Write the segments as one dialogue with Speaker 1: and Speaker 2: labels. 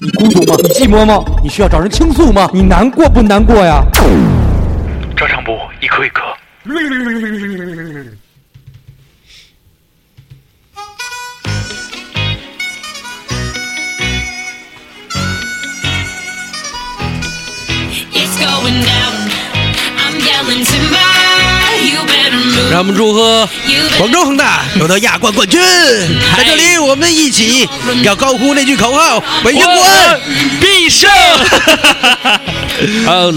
Speaker 1: 你孤独吗？你寂寞吗？你需要找人倾诉吗？你难过不难过呀？
Speaker 2: 照常不误，一颗一颗。
Speaker 3: It's going down. I'm yelling timber. You better move.
Speaker 4: 让我们祝贺
Speaker 3: You
Speaker 4: 广
Speaker 3: better
Speaker 4: 州恒大夺得亚冠冠军！在这里，哎我们一起要高呼那句口号：为中国安！
Speaker 5: 必 胜！呃，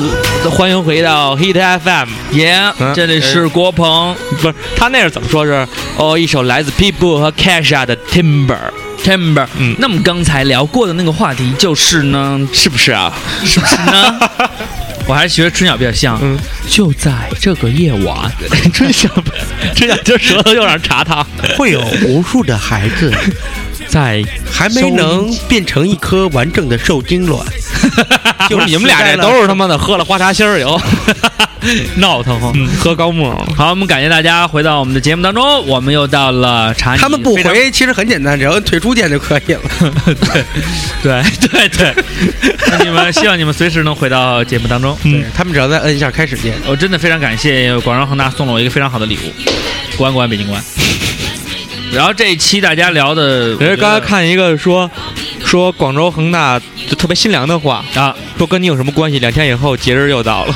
Speaker 5: 欢迎回到 Hit FM，耶、
Speaker 4: 嗯
Speaker 5: 这里是郭鹏，啊哎不是他那是怎么说是？哦，一首来自 People 和 Kesha 的 Timber。Timber，
Speaker 4: 嗯
Speaker 5: 那么刚才聊过的那个话题就是呢，是不是啊？是不是呢？ 我还是觉得春晓比较像。
Speaker 4: 嗯
Speaker 5: 就在这个夜晚， 春晓，春晓这舌头又让茶烫，
Speaker 4: 会有无数的孩子
Speaker 5: 在
Speaker 4: 还没能变成一颗完整的受精卵，
Speaker 5: 就
Speaker 4: 就是是
Speaker 5: 你们
Speaker 4: 期
Speaker 5: 俩
Speaker 4: 待
Speaker 5: 这
Speaker 4: 了
Speaker 5: 都是他妈的喝了花茶心儿以后闹腾，嗯，喝高沫。好，我们感谢大家回到我们的节目当中，我们又到了查你
Speaker 4: 他们不
Speaker 5: 非常
Speaker 4: 回，其实很简单，只要摁退出键就可以了。
Speaker 5: 对对对，那你们希望你们随时能回到节目当中。嗯，
Speaker 4: 他们只要再摁一下开始键。
Speaker 5: 我真的非常感谢广州恒大送了我一个非常好的礼物，关关北京关。然后这一期大家聊的，
Speaker 6: 人家哎刚才
Speaker 5: 看
Speaker 6: 看一个说说广州恒大就特别心凉的话，
Speaker 5: 啊，
Speaker 6: 说跟你有什么关系？两天以后节日又到了，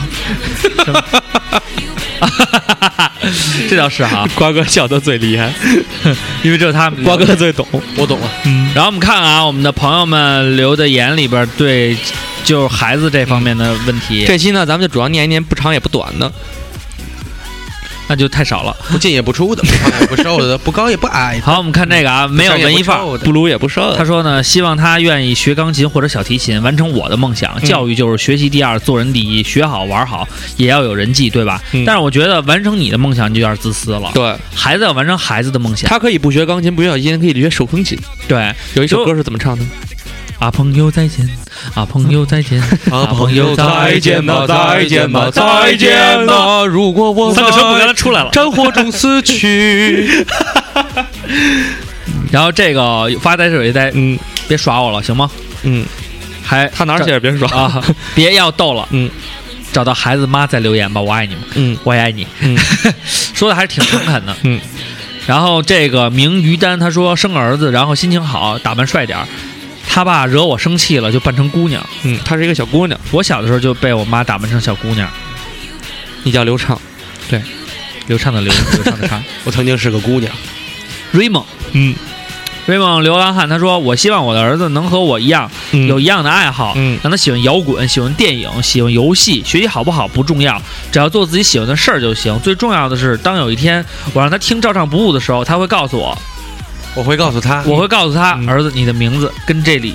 Speaker 5: 这倒是哈，
Speaker 6: 瓜哥笑得最厉害，
Speaker 5: 因为只有他们
Speaker 6: 瓜哥最懂。嗯
Speaker 4: 我懂了，
Speaker 5: 然后我们看啊，我们的朋友们留的言里边对，就是孩子这方面的问题，
Speaker 6: 这期呢，咱们就主要念一念不长也不短的，
Speaker 5: 那就太少了。
Speaker 4: 不进也不出的，不胖也不瘦 的，不高也不矮的，
Speaker 5: 好，我们看这个啊，没有文艺范儿。
Speaker 4: 儿
Speaker 6: 嗯不撸也不剩。
Speaker 5: 他说呢，希望他愿意学钢琴或者小提琴，完成我的梦
Speaker 6: 嗯
Speaker 5: 想。教育就是学习第二，做人第一，学好玩好，也要有人际，对吧？
Speaker 6: 嗯
Speaker 5: 但是我觉得完成你的梦想就有点自私了。
Speaker 6: 对
Speaker 5: 孩子要完成孩子的梦想。
Speaker 6: 他可以不学钢琴，不学小提琴，可以学手风琴。
Speaker 5: 对
Speaker 6: 有一首歌是怎么唱的？
Speaker 5: 啊，朋友再见，啊，朋友再 见，
Speaker 4: 啊
Speaker 5: 朋友再见吧再见啊吧
Speaker 6: 啊
Speaker 5: 再见吧！
Speaker 6: 如果我
Speaker 5: 三个声部原来 出来了。
Speaker 6: 战火中死去，
Speaker 5: 然后这个发呆水呆，
Speaker 6: 嗯
Speaker 5: 别耍我了，行吗？
Speaker 6: 嗯，
Speaker 5: 还
Speaker 6: 他哪儿写着别说
Speaker 5: 啊，别要逗了，
Speaker 6: 嗯，
Speaker 5: 找到孩子妈再留言吧，我爱你们，
Speaker 6: 嗯，
Speaker 5: 我也爱你，
Speaker 6: 嗯，
Speaker 5: 说的还是挺诚恳的，
Speaker 6: 嗯。
Speaker 5: 然后这个名于丹他说生儿子，然后心情好，打扮帅点儿。他爸惹我生气了，就扮成姑娘。
Speaker 6: 嗯，她是一个小姑娘，
Speaker 5: 我小的时候就被我妈打扮成小姑娘，
Speaker 6: 你叫刘畅，
Speaker 5: 流畅的流，流畅的 畅。
Speaker 4: 我曾经是个姑娘，
Speaker 5: Raymond，
Speaker 6: 嗯
Speaker 5: ，Raymond 流浪汉他说，我希望我的儿子能和我一样，
Speaker 6: 嗯
Speaker 5: 有一样的爱好，
Speaker 6: 嗯
Speaker 5: 让他喜欢摇滚，喜欢电影，喜欢游戏，学习好不好不重要，只要做自己喜欢的事儿就行。最重要的是，当有一天我让他听照唱不误的时候，他会告诉我，
Speaker 4: 我会告诉他，
Speaker 5: 我会告诉他，
Speaker 6: 嗯
Speaker 5: 儿子，你的名字跟这里，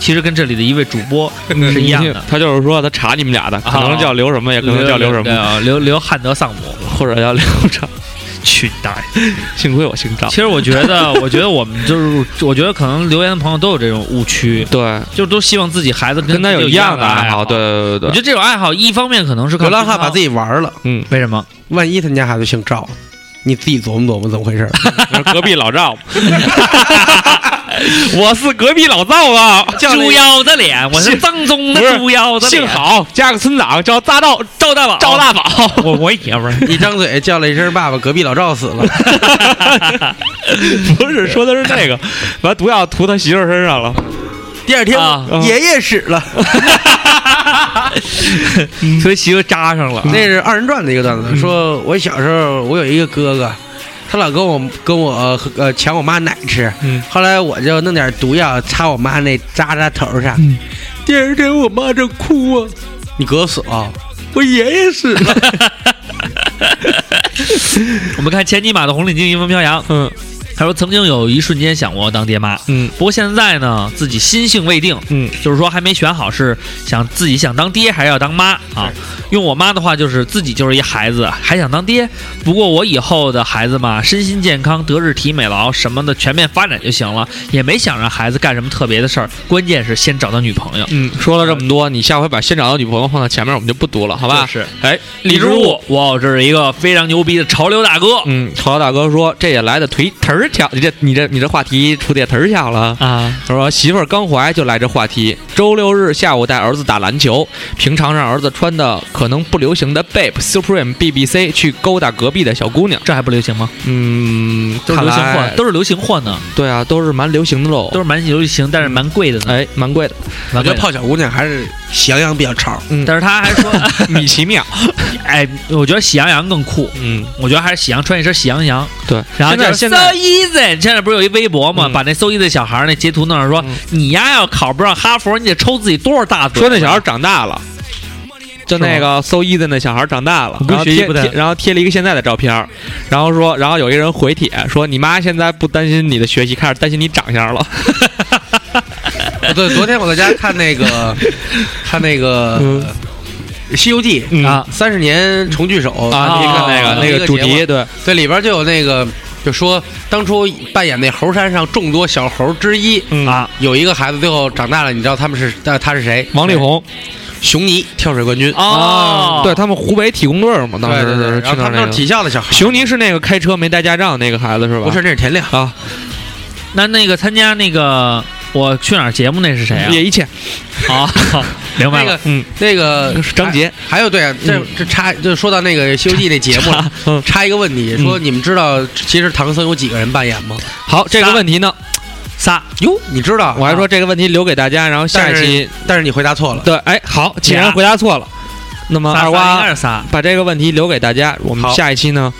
Speaker 5: 其实跟这里的一位主播是一样的。
Speaker 6: 嗯他就是说他查你们俩的，可能叫刘什么，也可能叫刘什
Speaker 5: 对
Speaker 6: 么，
Speaker 5: 啊刘刘汉德丧母，
Speaker 6: 或者叫刘 畅。
Speaker 5: 去大爷！
Speaker 6: 幸亏我姓赵
Speaker 5: 其。实我觉 得，我觉得我们就是，我觉得可能留言的朋友都有这种误区，
Speaker 6: 对，
Speaker 5: 就是都希望自己孩子
Speaker 6: 跟他
Speaker 5: 有
Speaker 6: 有一样啊哎
Speaker 5: 的
Speaker 6: 的爱
Speaker 5: 好。
Speaker 6: 好，对，对
Speaker 5: 我
Speaker 6: 对
Speaker 5: 觉
Speaker 6: 对
Speaker 5: 得这种爱好，一方面可能是
Speaker 4: 流浪汉把自
Speaker 5: 己
Speaker 4: 己玩了，
Speaker 5: 为什么
Speaker 4: 万一他们家孩子姓赵，你自己琢磨琢磨怎么 回事儿。
Speaker 6: 对，隔壁老赵， 我是隔壁老赵啊，
Speaker 5: 猪腰子脸，我是
Speaker 6: 姓
Speaker 5: 正宗
Speaker 6: 不
Speaker 5: 的
Speaker 6: 是
Speaker 5: 猪腰子脸。
Speaker 6: 幸，好加个村长叫大赵
Speaker 5: 赵大宝，
Speaker 6: 赵大宝，
Speaker 5: 我我也不是。
Speaker 4: 一张嘴叫了一声“爸爸”，隔壁老赵死 了。
Speaker 6: 不是说的是那个，把毒药涂他媳妇儿身上了，
Speaker 4: 第二天，
Speaker 5: 啊
Speaker 4: 爷爷死 了。
Speaker 5: 所以媳妇扎上
Speaker 6: 啊
Speaker 5: 了。
Speaker 4: 那是二人转的一个段
Speaker 6: 嗯
Speaker 4: 子，说我小时候我有一个哥哥，他老跟我跟我呃抢我妈奶吃，
Speaker 6: 嗯
Speaker 4: 后来我就弄点毒药擦我妈那渣渣头上，
Speaker 6: 嗯
Speaker 4: 第二天我妈就哭啊，你哥死啊了，我爷爷死了，
Speaker 5: 我们看前几马的红领巾，迎风飘扬。
Speaker 6: 嗯
Speaker 5: 他说曾经有一瞬间想过要当爹妈，
Speaker 6: 嗯
Speaker 5: 不过现在呢，自己心性未定，
Speaker 6: 嗯，
Speaker 5: 就是说还没选好是想自己想当爹还是要当妈啊。用我妈的话就是自己就是一孩子，还想当爹。不过我以后的孩子嘛，身心健康、德智体美劳什么的全面发展就行了，也没想让孩子干什么特别的事儿。关键是先找到女朋友，
Speaker 6: 嗯，说了这么多，你下回把先找到女朋友放到前面，我们就不读了，好
Speaker 5: 好吧？
Speaker 6: 吧？
Speaker 5: 是
Speaker 6: 哎，
Speaker 5: 李之物，哇，这是一个非常牛逼的潮流大哥。
Speaker 6: 嗯，曹大哥说这也来的忒忒儿儿巧，你这你这你这话题出的也忒儿巧了。
Speaker 5: 啊，
Speaker 6: 他说媳妇儿刚怀就来这话题，周六日下午带儿子打篮球，平常让儿子穿的可能不流行的 Bape、Supreme、BBC 去勾搭隔壁的小姑娘。
Speaker 5: 这还不流行吗？
Speaker 6: 嗯，
Speaker 5: 都是流行
Speaker 6: 看
Speaker 5: 货
Speaker 6: 来，
Speaker 5: 都是流行货呢，
Speaker 6: 对啊，都是蛮流行的喽，
Speaker 5: 都是蛮流行，但是蛮贵的呢。
Speaker 6: 哎，蛮贵的。
Speaker 5: 蛮
Speaker 4: 我
Speaker 5: 贵的
Speaker 4: 觉得泡小姑娘还是喜羊羊比较潮。
Speaker 6: 嗯，
Speaker 5: 但是他还 说，
Speaker 6: 米奇妙，
Speaker 5: 哎，我觉得喜羊羊更酷。
Speaker 6: 嗯，
Speaker 5: 我觉得还是喜羊穿一身喜羊羊，
Speaker 6: 对。
Speaker 5: 然后
Speaker 6: 现在
Speaker 5: 就是
Speaker 6: 现
Speaker 5: so
Speaker 6: 在
Speaker 5: easy，现在不是有一微博吗？
Speaker 6: 嗯
Speaker 5: 把那 so easy 小孩儿那截图弄上，说
Speaker 6: 嗯
Speaker 5: 你丫要考不上哈佛，你得抽自己多少大嘴？
Speaker 6: 说那小孩长大了。就那个搜一的那小孩长大了
Speaker 5: 我，跟
Speaker 6: 然后
Speaker 5: 学习
Speaker 6: 贴
Speaker 5: 不太
Speaker 6: 贴然后贴了一个现在的照片儿，然后说，然后有一个人回帖说：“你妈现在不担心你的学习，开始担心你长相了。
Speaker 4: 对，昨天我在家看那个， 看那个
Speaker 6: 嗯
Speaker 4: 《西游记》
Speaker 6: 嗯
Speaker 5: 啊
Speaker 4: 三十年重聚首
Speaker 5: 啊
Speaker 6: 你看那
Speaker 5: 啊
Speaker 6: 个
Speaker 4: 一
Speaker 6: 那个主
Speaker 4: 节目
Speaker 6: 题，对，
Speaker 4: 对，里边就有那个，就说当初扮演那猴山上众多小猴之一，
Speaker 6: 嗯
Speaker 5: 啊，
Speaker 4: 有一个孩子最后长大了，你知道他们是呃他他是谁？
Speaker 6: 王力宏啊
Speaker 4: 熊倪跳水冠军。
Speaker 5: 哦，
Speaker 6: 对他们湖北体工队儿嘛，当
Speaker 4: 对
Speaker 6: 时
Speaker 4: 对对，
Speaker 6: 是
Speaker 4: 然
Speaker 6: 去
Speaker 4: 后
Speaker 6: 那
Speaker 4: 他
Speaker 6: 儿
Speaker 4: 们都
Speaker 6: 那
Speaker 4: 是
Speaker 6: 个。
Speaker 4: 体校的小孩，
Speaker 6: 熊尼是那个开车没带驾照那个孩子是吧？
Speaker 4: 不是那是田亮，
Speaker 6: 啊，
Speaker 5: 那那个参加那个我去哪儿节目那是谁啊？
Speaker 6: 也一切，
Speaker 5: 啊， 明白
Speaker 4: 那
Speaker 5: 了
Speaker 4: 个。
Speaker 6: 嗯，
Speaker 4: 那个
Speaker 6: 是张杰嗯
Speaker 4: 还还有对啊，这这插就说到那个《西游记》那节目了
Speaker 6: 插嗯，
Speaker 4: 插一个问题，说你们知道其实唐僧有几个人扮演吗？
Speaker 6: 好，这个问题呢，
Speaker 5: 仨
Speaker 4: 哟，你知道？
Speaker 6: 我还说这个问题留给大家，然后下一期
Speaker 4: 但是你回答错了。
Speaker 6: 对，哎，好，既然
Speaker 5: 俩
Speaker 6: 回答错了，那么
Speaker 5: 仨
Speaker 6: 二
Speaker 5: 仨
Speaker 6: 瓜
Speaker 5: 应该是仨，
Speaker 6: 把这个问题留给大家，我们
Speaker 4: 好
Speaker 6: 下一期呢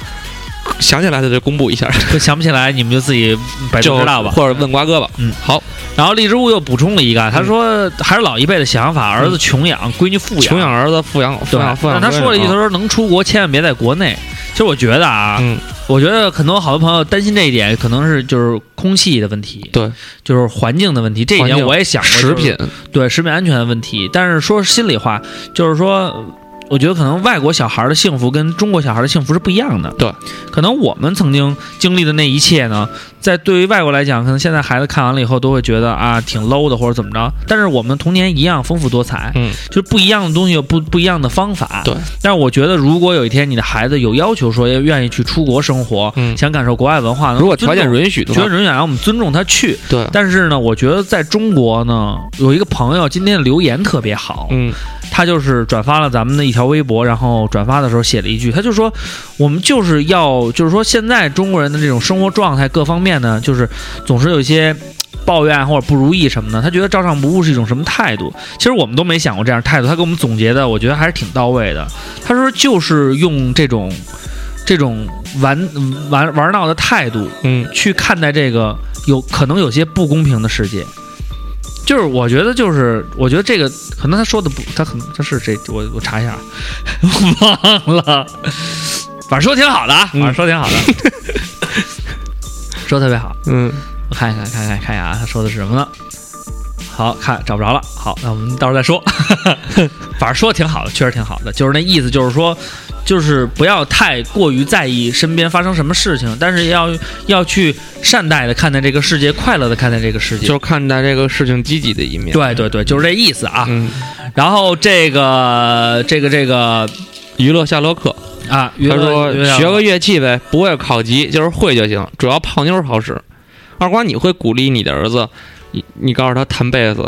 Speaker 6: 想起来就就公布一下，
Speaker 5: 就想不起来你们就自己百度
Speaker 6: 就
Speaker 5: 知道吧。
Speaker 6: 或者问瓜哥吧。
Speaker 5: 嗯，
Speaker 6: 好，
Speaker 5: 然后荔枝物又补充了一
Speaker 6: 嗯
Speaker 5: 个，他说还是老一辈的想法，儿子穷养，闺女富养。
Speaker 6: 穷养儿子，富养富
Speaker 5: 对
Speaker 6: 养，富养。啊
Speaker 5: 但他说了一句，他说能出国千万别在国内。其实我觉得啊，
Speaker 6: 嗯
Speaker 5: 我觉得很多好多朋友担心这一点，可能是就是空气的问题，
Speaker 6: 对，
Speaker 5: 就是环境的问题。这一
Speaker 6: 环
Speaker 5: 点
Speaker 6: 境
Speaker 5: 我也想过，
Speaker 6: 食品，
Speaker 5: 对食品安全的问题。但是说心里话，就是说，我觉得可能外国小孩的幸福跟中国小孩的幸福是不一样的。
Speaker 6: 对，
Speaker 5: 可能我们曾经经历的那一切呢，在对于外国来讲，可能现在孩子看完了以后都会觉得啊挺 low 的或者怎么着，但是我们童年一样丰富多彩，
Speaker 6: 嗯，
Speaker 5: 就是不一样的东西有不不一样的方法。
Speaker 6: 对，
Speaker 5: 但是我觉得如果有一天你的孩子有要求说要愿意去出国生活，
Speaker 6: 嗯
Speaker 5: 想感受国外文化，
Speaker 6: 如果条件
Speaker 5: 允。
Speaker 6: 允许的
Speaker 5: 觉得
Speaker 6: 话，
Speaker 5: 人想让我们尊重他去，
Speaker 6: 对，
Speaker 5: 但是呢，我觉得在中国呢，有一个朋友今天的留言特别好，
Speaker 6: 嗯
Speaker 5: 他就是转发了咱们的一条微博，然后转发的时候写了一句，他就说我们就是要，就是说现在中国人的这种生活状态各方面呢，就是总是有一些。抱怨或者不如意什么的，他觉得照常不误是一种什么态度？其实我们都没想过这样态度。他给我们总结的，我觉得还是挺到位的。他说就是用这种这种玩玩玩闹的态度，
Speaker 6: 嗯，
Speaker 5: 去看待这个有可能有些不公平的世界。就是我觉得，就是我觉得这个可能他说的不，他可能他是这我我查一下啊， 我忘了，反正说挺好的啊，反正说挺 好的，说特别好。
Speaker 6: 嗯，
Speaker 5: 我看一看，看一看，看一下啊，他说的是什么呢？好看找不着了，好，那我们到时候再说。 反正说的挺好的，确实挺好的，就是那意思，就是说，就是不要太过于在意身边发生什么事情，但是要要去善待的看待这个世界，快乐的看待这个世界。
Speaker 6: 就是看待这个事情积极的一面。，
Speaker 5: 对对对，就是这意思啊。
Speaker 6: 嗯，
Speaker 5: 然后这个这个这个
Speaker 6: 娱乐夏洛克，
Speaker 5: 啊，娱
Speaker 6: 他
Speaker 5: 乐
Speaker 6: 说
Speaker 5: 娱乐
Speaker 6: 学个乐器呗，不会考级，就是会就行，主要泡妞儿好使。二瓜，你会鼓励你的儿子，你你告诉他弹贝斯，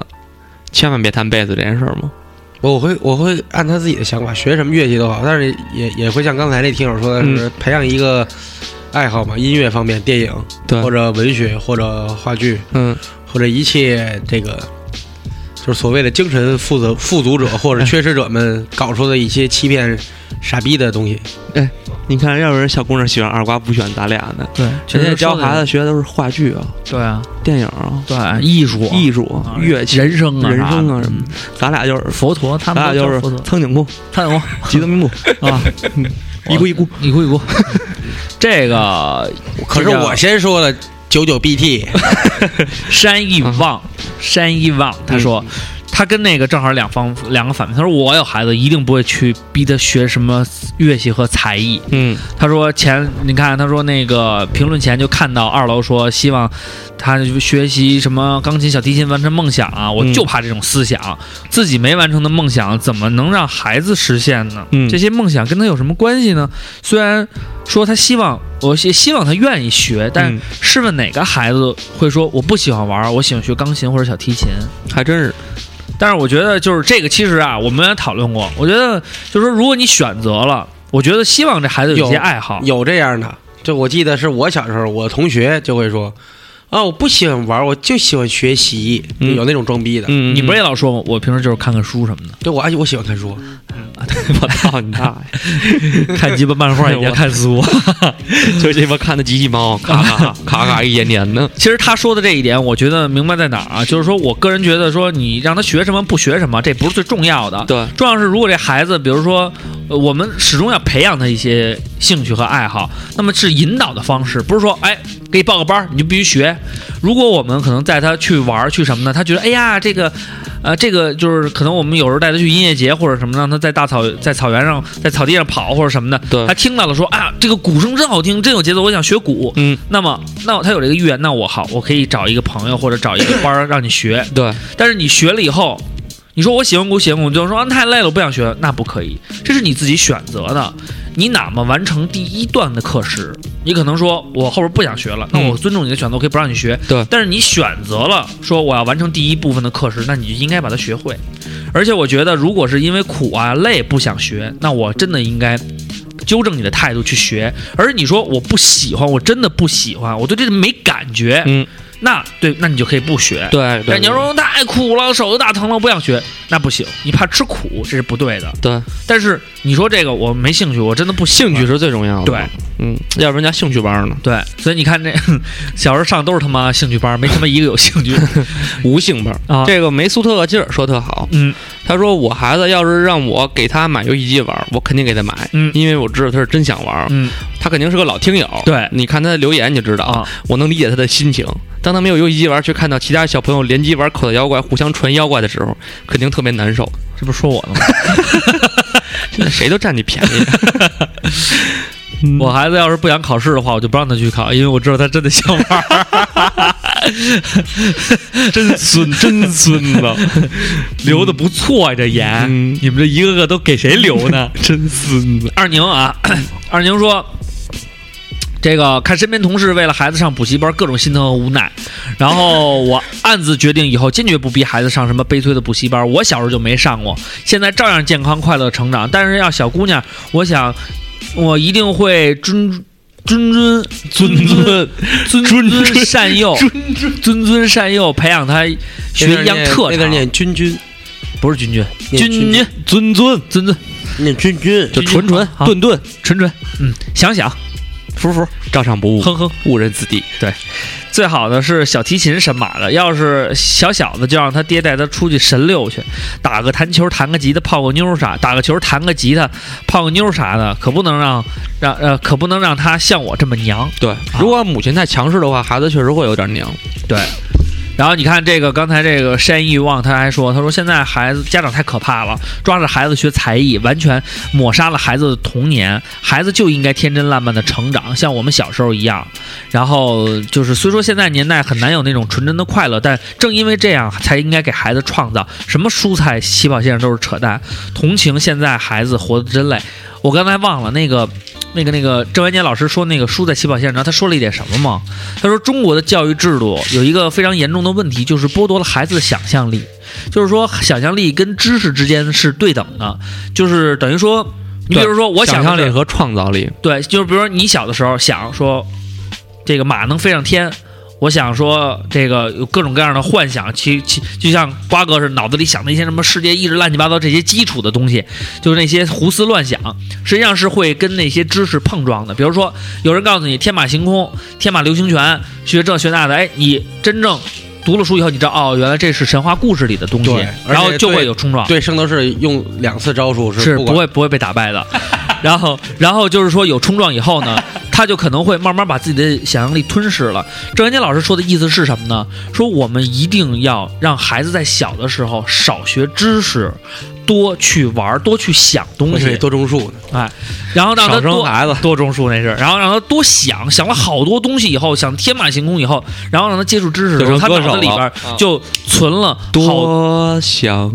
Speaker 6: 千万别弹贝斯这件事儿吗？
Speaker 4: 我会我会按他自己的想法学什么乐器都好，但是也也会像刚才那听友说的是培养一个爱好嘛，音乐方面、电影
Speaker 6: 对
Speaker 4: 或者文学或者话剧
Speaker 6: 嗯，
Speaker 4: 或者一切这个。就是所谓的精神富足富足者或者缺失者们搞出的一些欺骗傻逼的东西，
Speaker 6: 你看，要不然小姑娘喜欢二瓜，不喜欢咱俩呢？
Speaker 5: 对，
Speaker 6: 人家
Speaker 5: 确实
Speaker 6: 教
Speaker 5: 说得
Speaker 6: 孩子学的都是话剧啊、
Speaker 5: 对啊，
Speaker 6: 电影啊、
Speaker 5: 对艺术
Speaker 6: 艺术啊、乐器、
Speaker 5: 人生啊
Speaker 6: 人生啊
Speaker 5: 啥的
Speaker 6: 什么的。咱俩就是，
Speaker 5: 佛陀，他
Speaker 6: 咱
Speaker 5: 们
Speaker 6: 俩
Speaker 5: 都
Speaker 6: 就
Speaker 5: 叫
Speaker 6: 是
Speaker 5: 佛陀，
Speaker 6: 苍井空、
Speaker 5: 他有
Speaker 6: 吉德明 步、
Speaker 5: 啊，
Speaker 6: 一姑一姑。
Speaker 5: 一哭一哭。 这个
Speaker 4: 可是我先说了九九 BT，
Speaker 6: 嗯
Speaker 5: 山一望，山一望，他说。他跟那个正好两方两个反面。他说我有孩子一定不会去逼他学什么乐器和才艺。
Speaker 6: 嗯，
Speaker 5: 他说前你看，他说那个评论前就看到二楼说希望他学习什么钢琴、小提琴，完成梦想
Speaker 6: 嗯
Speaker 5: 啊。我就怕这种思想，自己没完成的梦想怎么能让孩子实现呢？
Speaker 6: 嗯
Speaker 5: 这些梦想跟他有什么关系呢？虽然说他希望，我也希望他愿意学，但
Speaker 6: 嗯
Speaker 5: 试问哪个孩子会说我不喜欢玩儿，我喜欢学钢琴或者小提琴？
Speaker 6: 还真 是，
Speaker 5: 但是我觉得就是这个，其实啊，我们也讨论过，我觉得就是说，如果你选择了，我觉得希望这孩子有一些
Speaker 4: 有
Speaker 5: 爱好，
Speaker 4: 有这样的，就我记得是我小时候，我同学就会说，啊，我不喜欢玩，我就喜欢学习，
Speaker 6: 嗯
Speaker 4: 有那种装逼的。
Speaker 6: 嗯
Speaker 5: 你不是也老说吗？我平时就是看看书什么的，
Speaker 4: 对我，而且我喜欢看书，
Speaker 6: 我操哦你 大
Speaker 5: 看鸡巴漫画也看 书。
Speaker 6: 爷，就鸡巴看的机器 猫，咔咔咔咔一年年的，
Speaker 5: 其实他说的这一点，我觉得明白在哪儿啊，就是说我个人觉得说，你让他学什么不学什么，这不是最重要的。
Speaker 6: 对，
Speaker 5: 重要是，如果这孩子，比如说，呃我们始终要培养他一些兴趣和爱好，那么是引导的方式，不是说，哎，给你报个班儿你就必须学。如果我们可能带他去玩儿去什么呢？他觉得，哎呀，这个，呃，这个就是可能我们有时候带他去音乐节或者什么，让他在大草在草原上在草地上跑或者什么的，
Speaker 6: 对
Speaker 5: 他听到了说啊，这个鼓声真好听，真有节奏，我想学鼓。
Speaker 6: 嗯，
Speaker 5: 那么，那他有这个意愿，那我好，我可以找一个朋友或者找一个班儿让你学。
Speaker 6: 对，
Speaker 5: 但是你学了以后，你说我喜欢鼓，喜欢鼓，就是说啊太累了，我不想学，那不可以，这是你自己选择的。你哪怕完成第一段的课时，你可能说我后边不想学了，那我尊重你的选择，我可以不让你学。
Speaker 6: 嗯对
Speaker 5: 但是你选择了说我要完成第一部分的课时，那你就应该把它学会。而且我觉得，如果是因为苦啊累不想学，那我真的应该纠正你的态度去学。而你说我不喜欢，我真的不喜欢，我对这个没感觉，
Speaker 6: 嗯，
Speaker 5: 那对，那你就可以不学。
Speaker 6: 对
Speaker 5: 对，
Speaker 6: 对，
Speaker 5: 哎你要说太苦了，手都打疼了，我不想学，那不行，你怕吃苦，这是不对的。
Speaker 6: 对，
Speaker 5: 但是你说这个我没兴趣，我真的不喜欢
Speaker 6: 兴趣是最重要的，
Speaker 5: 对，
Speaker 6: 嗯，要不然叫兴趣班呢，
Speaker 5: 对，所以你看这小时候上都是他妈兴趣班，没他妈一个有兴趣
Speaker 6: 无性班
Speaker 5: 啊
Speaker 6: 这个梅苏特基尔说特好，
Speaker 5: 嗯，
Speaker 6: 他说我孩子要是让我给他买游戏机玩，我肯定给他买，
Speaker 5: 嗯
Speaker 6: 因为我知道他是真想玩，
Speaker 5: 嗯
Speaker 6: 他肯定是个老听友，
Speaker 5: 对
Speaker 6: 你看他的留言就知道，
Speaker 5: 啊
Speaker 6: 我能理解他的心情。当他没有游戏机玩，却看到其他小朋友联机玩口袋妖怪，互相传妖怪的时候，肯定特别难受。
Speaker 5: 这不是说我呢吗？
Speaker 6: 真的，谁都占你便 宜。
Speaker 5: 嗯我孩子要是不想考试的话，我就不让他去考，因为我知道他真的想玩儿。 真孙，真孙子，留的不错呀、这言，
Speaker 6: 嗯
Speaker 5: 你们这一个个都给谁留呢？真孙子。二宁啊，二宁说。这个看身边同事为了孩子上补习班，各种心疼和无奈，然后我暗自决定以后坚决不逼孩子上什么悲催的补习班。我小时候就没上过，现在照样健康快乐成长。但是要小姑娘，我想我一定会尊尊尊尊尊尊尊善诱，尊尊善诱，培养他学一样特
Speaker 4: 那字
Speaker 5: 长。
Speaker 4: 念君君，
Speaker 5: 不是君君，
Speaker 4: 念
Speaker 5: 君君尊尊尊尊
Speaker 4: 念君君，
Speaker 5: 就纯纯
Speaker 6: 好
Speaker 5: 顿顿纯纯，嗯，想想
Speaker 6: 服服，照常不误，
Speaker 5: 哼哼。
Speaker 6: 误人子弟。
Speaker 5: 最好的是小提琴神马的，要是小小的就让他爹带他出去神溜去，打个弹球、弹个吉他、泡个妞儿啥，打个球、弹个吉他、泡个妞儿啥的，可不能让让呃，可不能让他像我这么娘。
Speaker 6: 对，如果母亲太强势的话，孩子确实会有点娘。
Speaker 5: 对。然后你看这个，刚才这个山欲望他还说，他说现在孩子家长太可怕了，抓着孩子学才艺，完全抹杀了孩子的童年，孩子就应该天真烂漫的成长，像我们小时候一样。然后就是虽说现在年代很难有那种纯真的快乐，但正因为这样，才应该给孩子创造什么蔬菜起跑线上都是扯淡。同情现在孩子活得真累，我刚才忘了那个。 那个那个郑渊洁老师说那个输在起跑线上，他说了一点什么吗？他说中国的教育制度有一个非常严重的问题，就是剥夺了孩子的想象力，就是说想象力跟知识之间是对等的，就是等于说，你比如说我
Speaker 6: 想
Speaker 5: 想
Speaker 6: 象
Speaker 5: 象
Speaker 6: 力和创造力，
Speaker 5: 对，就是比如说你小的时候想说，这个马能飞上天，我想说这个有各种各样的幻想，其其就像瓜哥是脑子里想的一些什么世界意志乱七八糟这些基础的东西，就是那些胡思乱想，实际上是会跟那些知识碰撞的。比如说有人告诉你天马行空、天马流星拳，学这学那的，哎，你真正。读了书以后，你知道哦，原来这是神话故事里的东西
Speaker 4: 对，而且
Speaker 5: 然后就会
Speaker 4: 对
Speaker 5: 有冲撞。
Speaker 4: 对圣斗士用两次招数
Speaker 5: 啊是
Speaker 4: 不
Speaker 5: 不
Speaker 4: 管
Speaker 5: 会不会被打败的。然后，然后就是说有冲撞以后呢，他就可能会慢慢把自己的想象力吞噬了。郑渊洁老师说的意思是什么呢？说我们一定要让孩子在小的时候少学知识，多去玩儿，多去想东
Speaker 4: 我以为
Speaker 5: 西，
Speaker 4: 多种树呢，
Speaker 5: 哎，然后让他
Speaker 4: 少
Speaker 5: 多
Speaker 4: 生孩子。
Speaker 5: 多种树那是，然后让他多想，想了好多东西以后，想天马行空以后，然后让他接触知识的时候，
Speaker 6: 就
Speaker 5: 他
Speaker 6: 成歌手
Speaker 5: 脑子里边儿
Speaker 6: 了啊
Speaker 5: 就存了好
Speaker 6: 多想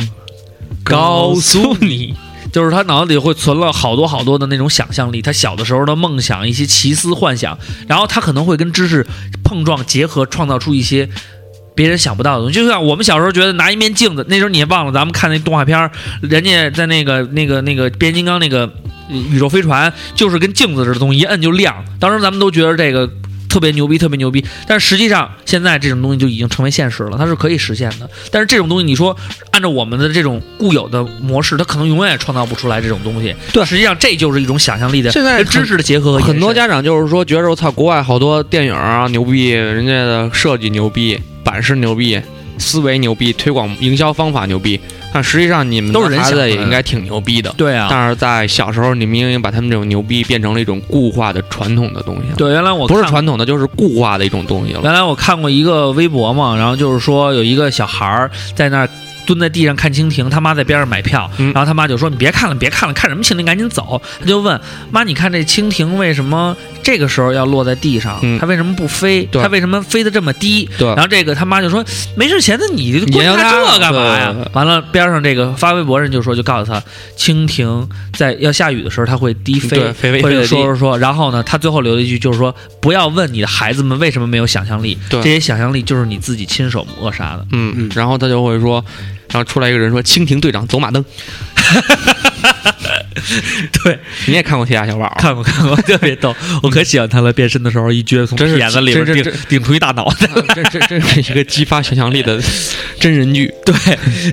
Speaker 5: 告诉你，就是他脑子里会存了好多好多的那种想象力，他小的时候的梦想，一些奇思幻想，然后他可能会跟知识碰撞结合，创造出一些。别人想不到的东西，就像我们小时候觉得拿一面镜子，那时候你也忘了，咱们看那动画片儿，人家在那个那个那个变形金刚那个呃宇宙飞船，就是跟镜子似的东西，一摁就亮。当时咱们都觉得这个特别牛逼，特别牛逼。但是实际上，现在这种东西就已经成为现实了，它是可以实现的。但是这种东西，你说按照我们的这种固有的模式，它可能永远也创造不出来这种东西。
Speaker 6: 对啊
Speaker 5: 实际上这就是一种想象力的
Speaker 6: 现在
Speaker 5: 跟知识的结合和延伸。
Speaker 6: 很多家长就是说，觉着我操，国外好多电影啊牛逼，人家的设计牛逼，版式牛逼，思维牛逼，推广营销方法牛逼。但实际上，你们的
Speaker 5: 都是人
Speaker 6: 孩
Speaker 5: 想
Speaker 6: 子
Speaker 5: 的
Speaker 6: 也应该挺牛逼的。
Speaker 5: 对啊，
Speaker 6: 但是在小时候，你们应该把他们这种牛逼变成了一种固化的传统的东西了。，
Speaker 5: 对，原来我
Speaker 6: 不是
Speaker 5: 看
Speaker 6: 传统的，就是固化的一种东西了。
Speaker 5: 原来我看过一个微博嘛，然后就是说有一个小孩儿在那儿蹲在地上看蜻蜓，他妈在边上买票，
Speaker 6: 嗯
Speaker 5: 然后他妈就说：“你别看了，别看了，看什么蜻蜓，赶紧走。”他就问妈：“你看这蜻蜓为什么这个时候要落在地上？
Speaker 6: 嗯
Speaker 5: 它为什么不飞？
Speaker 6: 对
Speaker 5: 它为什么飞得这么低？”
Speaker 6: 对
Speaker 5: 然后这个他妈就说：“没事闲的你
Speaker 6: 嗯你嗯
Speaker 5: 观
Speaker 6: 研究
Speaker 5: 察
Speaker 6: 它
Speaker 5: 这干嘛呀
Speaker 6: 对？”
Speaker 5: 完了，边上这个发微博人就说，就告诉他，蜻蜓在要下雨的时候它会低飞，
Speaker 6: 对飞飞
Speaker 5: 或
Speaker 6: 飞
Speaker 5: 者
Speaker 6: 得低
Speaker 5: 说说说，然后呢，他最后留了一句，就是说不要问你的孩子们为什么没有想象力，
Speaker 6: 对
Speaker 5: 这些想象力就是你自己亲手扼杀的。
Speaker 6: 嗯
Speaker 4: 嗯，
Speaker 6: 然后他就会说，然后出来一个人说：“蜻蜓队长走马灯。
Speaker 5: 对，”
Speaker 6: 你也看过《铁甲小宝》？
Speaker 5: 看过看过，特别逗，我可喜欢他了。变身的时候，一撅从
Speaker 6: 真是
Speaker 5: 眼子里边
Speaker 6: 真
Speaker 5: 顶
Speaker 6: 真
Speaker 5: 顶出一大脑 袋。
Speaker 6: 这这这是一个激发想象力的 真人剧。
Speaker 5: 对，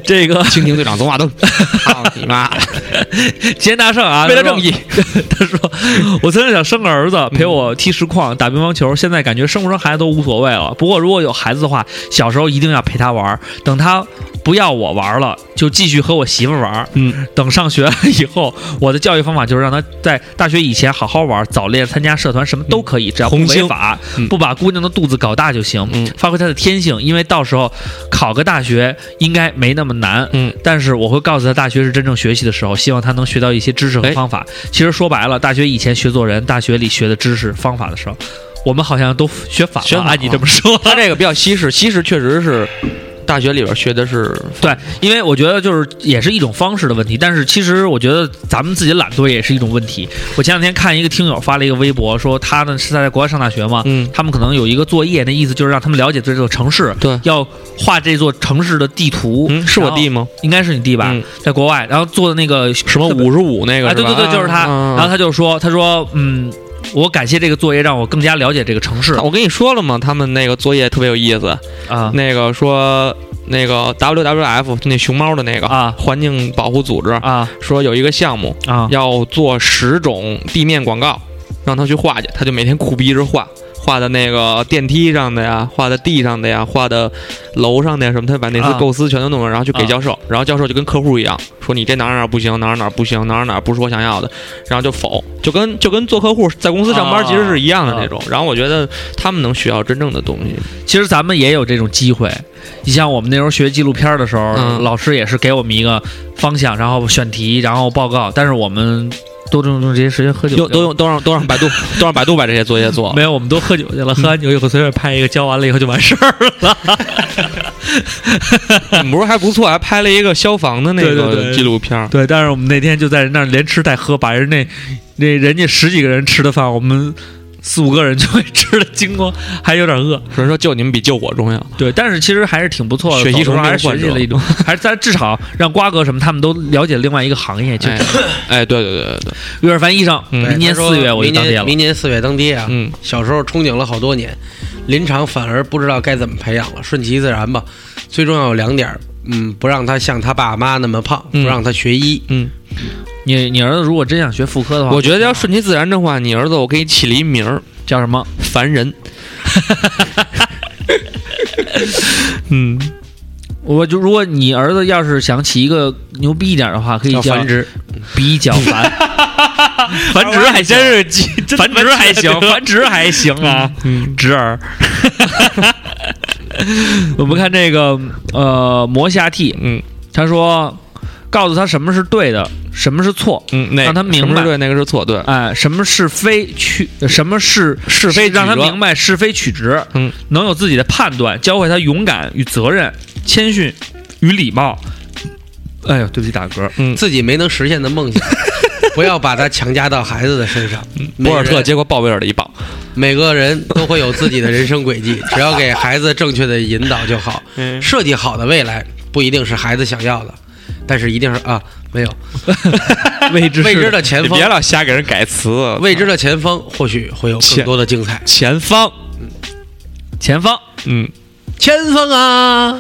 Speaker 5: 这个
Speaker 6: 蜻蜓队长走马灯， 操你妈！
Speaker 5: 杰大圣啊，
Speaker 6: 为了
Speaker 5: 他说
Speaker 6: 正义，
Speaker 5: 他说：“我曾经想生个儿子陪我踢实况、打乒乓球，现在感觉生不生孩子都无所谓了。不过如果有孩子的话，小时候一定要陪他玩儿，等他不要我玩儿了，就继续和我媳妇儿玩。
Speaker 6: 嗯，
Speaker 5: 等上学了以后，我的教育方法就是让他在大学以前好好玩儿，早恋、参加社团什么都可以，只要不
Speaker 6: 嗯红
Speaker 5: 违
Speaker 6: 星
Speaker 5: 法，
Speaker 6: 嗯
Speaker 5: 不把姑娘的肚子搞大就行，
Speaker 6: 嗯
Speaker 5: 发挥他的天性。因为到时候考个大学应该没那么难。
Speaker 6: 嗯，
Speaker 5: 但是我会告诉他，大学是真正学习的时候，希望他能学到一些知识和
Speaker 6: 哎
Speaker 5: 方法。其实说白了，大学以前学做人，大学里学的知识方法的时候，我们好像都学反
Speaker 6: 学
Speaker 5: 了。
Speaker 6: 反了
Speaker 5: 按你这么说，
Speaker 6: 他这个比较西式，西式确实是大学里边学的是，
Speaker 5: 对，因为我觉得就是也是一种方式的问题，但是其实我觉得咱们自己懒惰也是一种问题。我前两天看一个听友发了一个微博，说他呢是在国外上大学嘛，
Speaker 6: 嗯
Speaker 5: 他们可能有一个作业，那意思就是让他们了解这座城市，
Speaker 6: 对
Speaker 5: 要画这座城市的地图。
Speaker 6: 嗯，是我弟
Speaker 5: 吗？
Speaker 6: 吗？
Speaker 5: 应该是你弟吧，
Speaker 6: 嗯
Speaker 5: 在国外，然后做的那个
Speaker 6: 什么五十五那个
Speaker 5: 啊，
Speaker 6: 是
Speaker 5: 对
Speaker 6: 吧？
Speaker 5: 对对，就是他。
Speaker 6: 嗯嗯嗯
Speaker 5: 然后他就说，他说，嗯，我感谢这个作业，让我更加了解这个城市
Speaker 6: 我跟你说了嘛，他们那个作业特别有意思，
Speaker 5: 啊
Speaker 6: 那个说那个 WWF 就那熊猫的那个
Speaker 5: 啊
Speaker 6: 环境保护组织
Speaker 5: 啊
Speaker 6: 说有一个项目
Speaker 5: 啊！
Speaker 6: 要做十种地面广告，让他去画去，他就每天苦逼着画，画的那个电梯上的呀，画的地上的呀，画的楼上的呀什么，他把那
Speaker 5: 啊
Speaker 6: 些构思全都弄了，然后去给
Speaker 5: 啊
Speaker 6: 教授，然后教授就跟客户一样，说你这哪儿哪儿不行，哪儿哪儿不行，哪儿哪儿不是我想要的，然后就否，就跟就跟做客户在公司上班
Speaker 5: 啊
Speaker 6: 其实是一样的
Speaker 5: 啊
Speaker 6: 那种。然后我觉得他们能学到真正的东西，
Speaker 5: 其实咱们也有这种机会。你像我们那时候学纪录片的时候，
Speaker 6: 嗯
Speaker 5: 老师也是给我们一个方向，然后选题，然后报告。但是我们都用用这些时间喝酒去
Speaker 6: 都
Speaker 5: 了，
Speaker 6: 都用都让都让百度都让百度把这些作业 做
Speaker 5: 没。有，我们都喝酒去了。喝完酒以后，随便拍一个，交完了以后就完事儿了。
Speaker 6: 你们不是还不错，还拍了一个消防的那
Speaker 5: 对对
Speaker 6: 个
Speaker 5: 对
Speaker 6: 纪录片儿。
Speaker 5: 对，但是我们那天就在那儿连吃带喝，把人那那人家十几个人吃的饭，我们四五个人就 会吃的精光，还有点饿。
Speaker 6: 所以说救你们比救我重要。
Speaker 5: 对，但是其实还是挺不错的，
Speaker 6: 血吸虫
Speaker 5: 走的时候还是学
Speaker 6: 病患
Speaker 5: 习
Speaker 6: 者
Speaker 5: 了一种， 还是咱至少让瓜哥什么他们都了解另外一个行业。就
Speaker 6: 哎哎，对对对对对，
Speaker 5: 岳尔凡医生，
Speaker 6: 嗯
Speaker 5: 明年
Speaker 4: 他说
Speaker 5: 四月我就当爹了
Speaker 4: 明年明年四月当爹啊！
Speaker 6: 嗯，
Speaker 4: 小时候憧憬了好多年，临场反而不知道该怎么培养了，顺其自然吧。最重要有两点儿，嗯，不让他像他爸妈那么胖，不
Speaker 6: 嗯
Speaker 4: 让他学医。
Speaker 6: 嗯，
Speaker 5: 你你儿子如果真想学妇科的话，
Speaker 6: 我觉得要顺其自然的话，你儿子我给你起了一名儿，
Speaker 5: 叫什么？
Speaker 6: 凡人。嗯，
Speaker 5: 我就如果你儿子要是想起一个牛逼一点的话，可以
Speaker 4: 要
Speaker 5: 叫
Speaker 4: 繁殖，
Speaker 5: 比较烦，繁殖还真是鸡，繁殖还行， 繁殖还行啊，侄儿。 我们看这个呃魔下 T，
Speaker 6: 嗯
Speaker 5: 他说告诉他什么是对的，什么是错，
Speaker 6: 嗯，那
Speaker 5: 让他明白
Speaker 6: 什么是对，那个是错，对，
Speaker 5: 哎，什么是非曲，什么是
Speaker 6: 是非曲
Speaker 5: 让他
Speaker 6: 折
Speaker 5: 明白是非曲直，
Speaker 6: 嗯，
Speaker 5: 能有自己的判断，教会他勇敢与责任、谦逊与礼貌。哎呦，对不起，打嗝。
Speaker 4: 自己没能实现的 梦想，不要把它强加到孩子的身上。
Speaker 5: 嗯
Speaker 4: 每
Speaker 6: 博尔特
Speaker 4: 人
Speaker 6: 接过鲍威尔的一棒，
Speaker 4: 每个人都会有自己的人生轨迹，只要给孩子正确的引导就好。
Speaker 5: 嗯
Speaker 4: 设计好的未来不一定是孩子想要的，但是一定是啊，没有
Speaker 5: 未知
Speaker 4: 未知
Speaker 5: 的
Speaker 4: 的前
Speaker 6: 你
Speaker 4: 方
Speaker 6: 别，老瞎给人改词，啊
Speaker 4: 未知的前方或许会有更多的精彩。
Speaker 6: 前方，
Speaker 5: 前方。
Speaker 6: 嗯，
Speaker 4: 前方啊，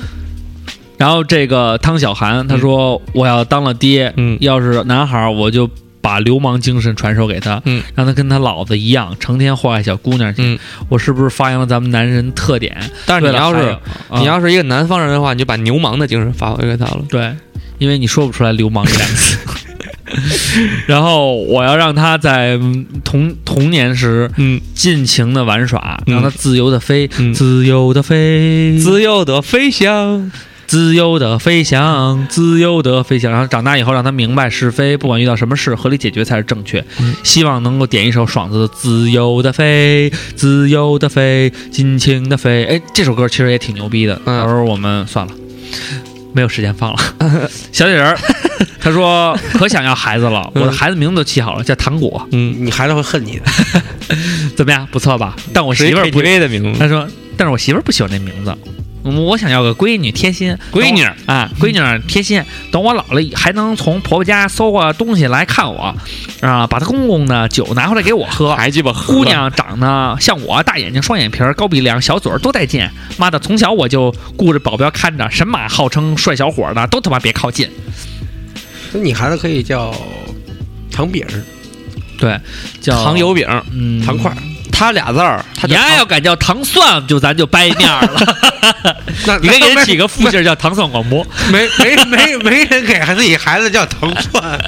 Speaker 5: 然后这个汤小涵他说：“我要当了爹，
Speaker 6: 嗯
Speaker 5: 要是男孩儿，我就把流氓精神传授给他，
Speaker 6: 嗯，
Speaker 5: 让他跟他老子一样，成天祸害小姑娘去。
Speaker 6: 嗯
Speaker 5: 我是不是发扬了咱们男人特点？
Speaker 6: 但是
Speaker 5: 为
Speaker 6: 你
Speaker 5: 了
Speaker 6: 要
Speaker 5: 还
Speaker 6: 是
Speaker 5: 有嗯啊
Speaker 6: 你要是一个南方人的话，你就把牛氓的精神发挥给他了。
Speaker 5: 对，因为你说不出来“流氓”这两个 字。然后我要让他在嗯童童年时
Speaker 6: 嗯，
Speaker 5: 尽情的玩耍，
Speaker 6: 嗯
Speaker 5: 让他自由的飞，
Speaker 6: 嗯
Speaker 5: 自由的飞，
Speaker 6: 自由的飞翔，
Speaker 5: 自由的飞翔，自由的飞翔。然后长大以后，让他明白是非，不管遇到什么事，合理解决才是正确。希望能够点一首爽子的《自由的飞》，自由的飞，尽情的飞。哎，这首歌其实也挺牛逼的，
Speaker 6: 嗯
Speaker 5: 到时候我们算了，没有时间放了。小铁人儿，他说可想要孩子了，我的孩子名字都起好了，叫糖果，
Speaker 6: 嗯，
Speaker 4: 你孩子会恨你的。
Speaker 5: 怎么样？不错吧？但我
Speaker 6: 是一
Speaker 5: 媳妇儿不
Speaker 6: KTV 的名字，
Speaker 5: 他说：“但是我媳妇儿不喜欢那名字，嗯我想要个闺女贴心，
Speaker 6: 闺女
Speaker 5: 等我啊，闺女贴心。等我老了，还能从婆婆家搜过东西来看我，啊，把她公公的酒拿回来给我喝。
Speaker 6: 还鸡巴喝
Speaker 5: 姑，娘长得像我，大眼睛、双眼皮儿、高鼻梁、小嘴儿，多带劲！妈的，从小我就顾着保镖看着，神马号称帅小伙儿的都他妈别靠近。”
Speaker 4: 那你孩子可以叫糖饼儿、
Speaker 5: 对，叫
Speaker 6: 糖油饼，
Speaker 5: 嗯
Speaker 4: 糖块儿。
Speaker 6: 他俩字儿，他
Speaker 5: 你
Speaker 6: 叫
Speaker 5: 要要敢叫糖蒜，就咱就掰面儿了。
Speaker 4: 那
Speaker 5: 你可以给
Speaker 4: 那
Speaker 5: 人起 个副姓儿叫糖蒜广播，
Speaker 4: 没没没没人给自己孩子叫糖蒜，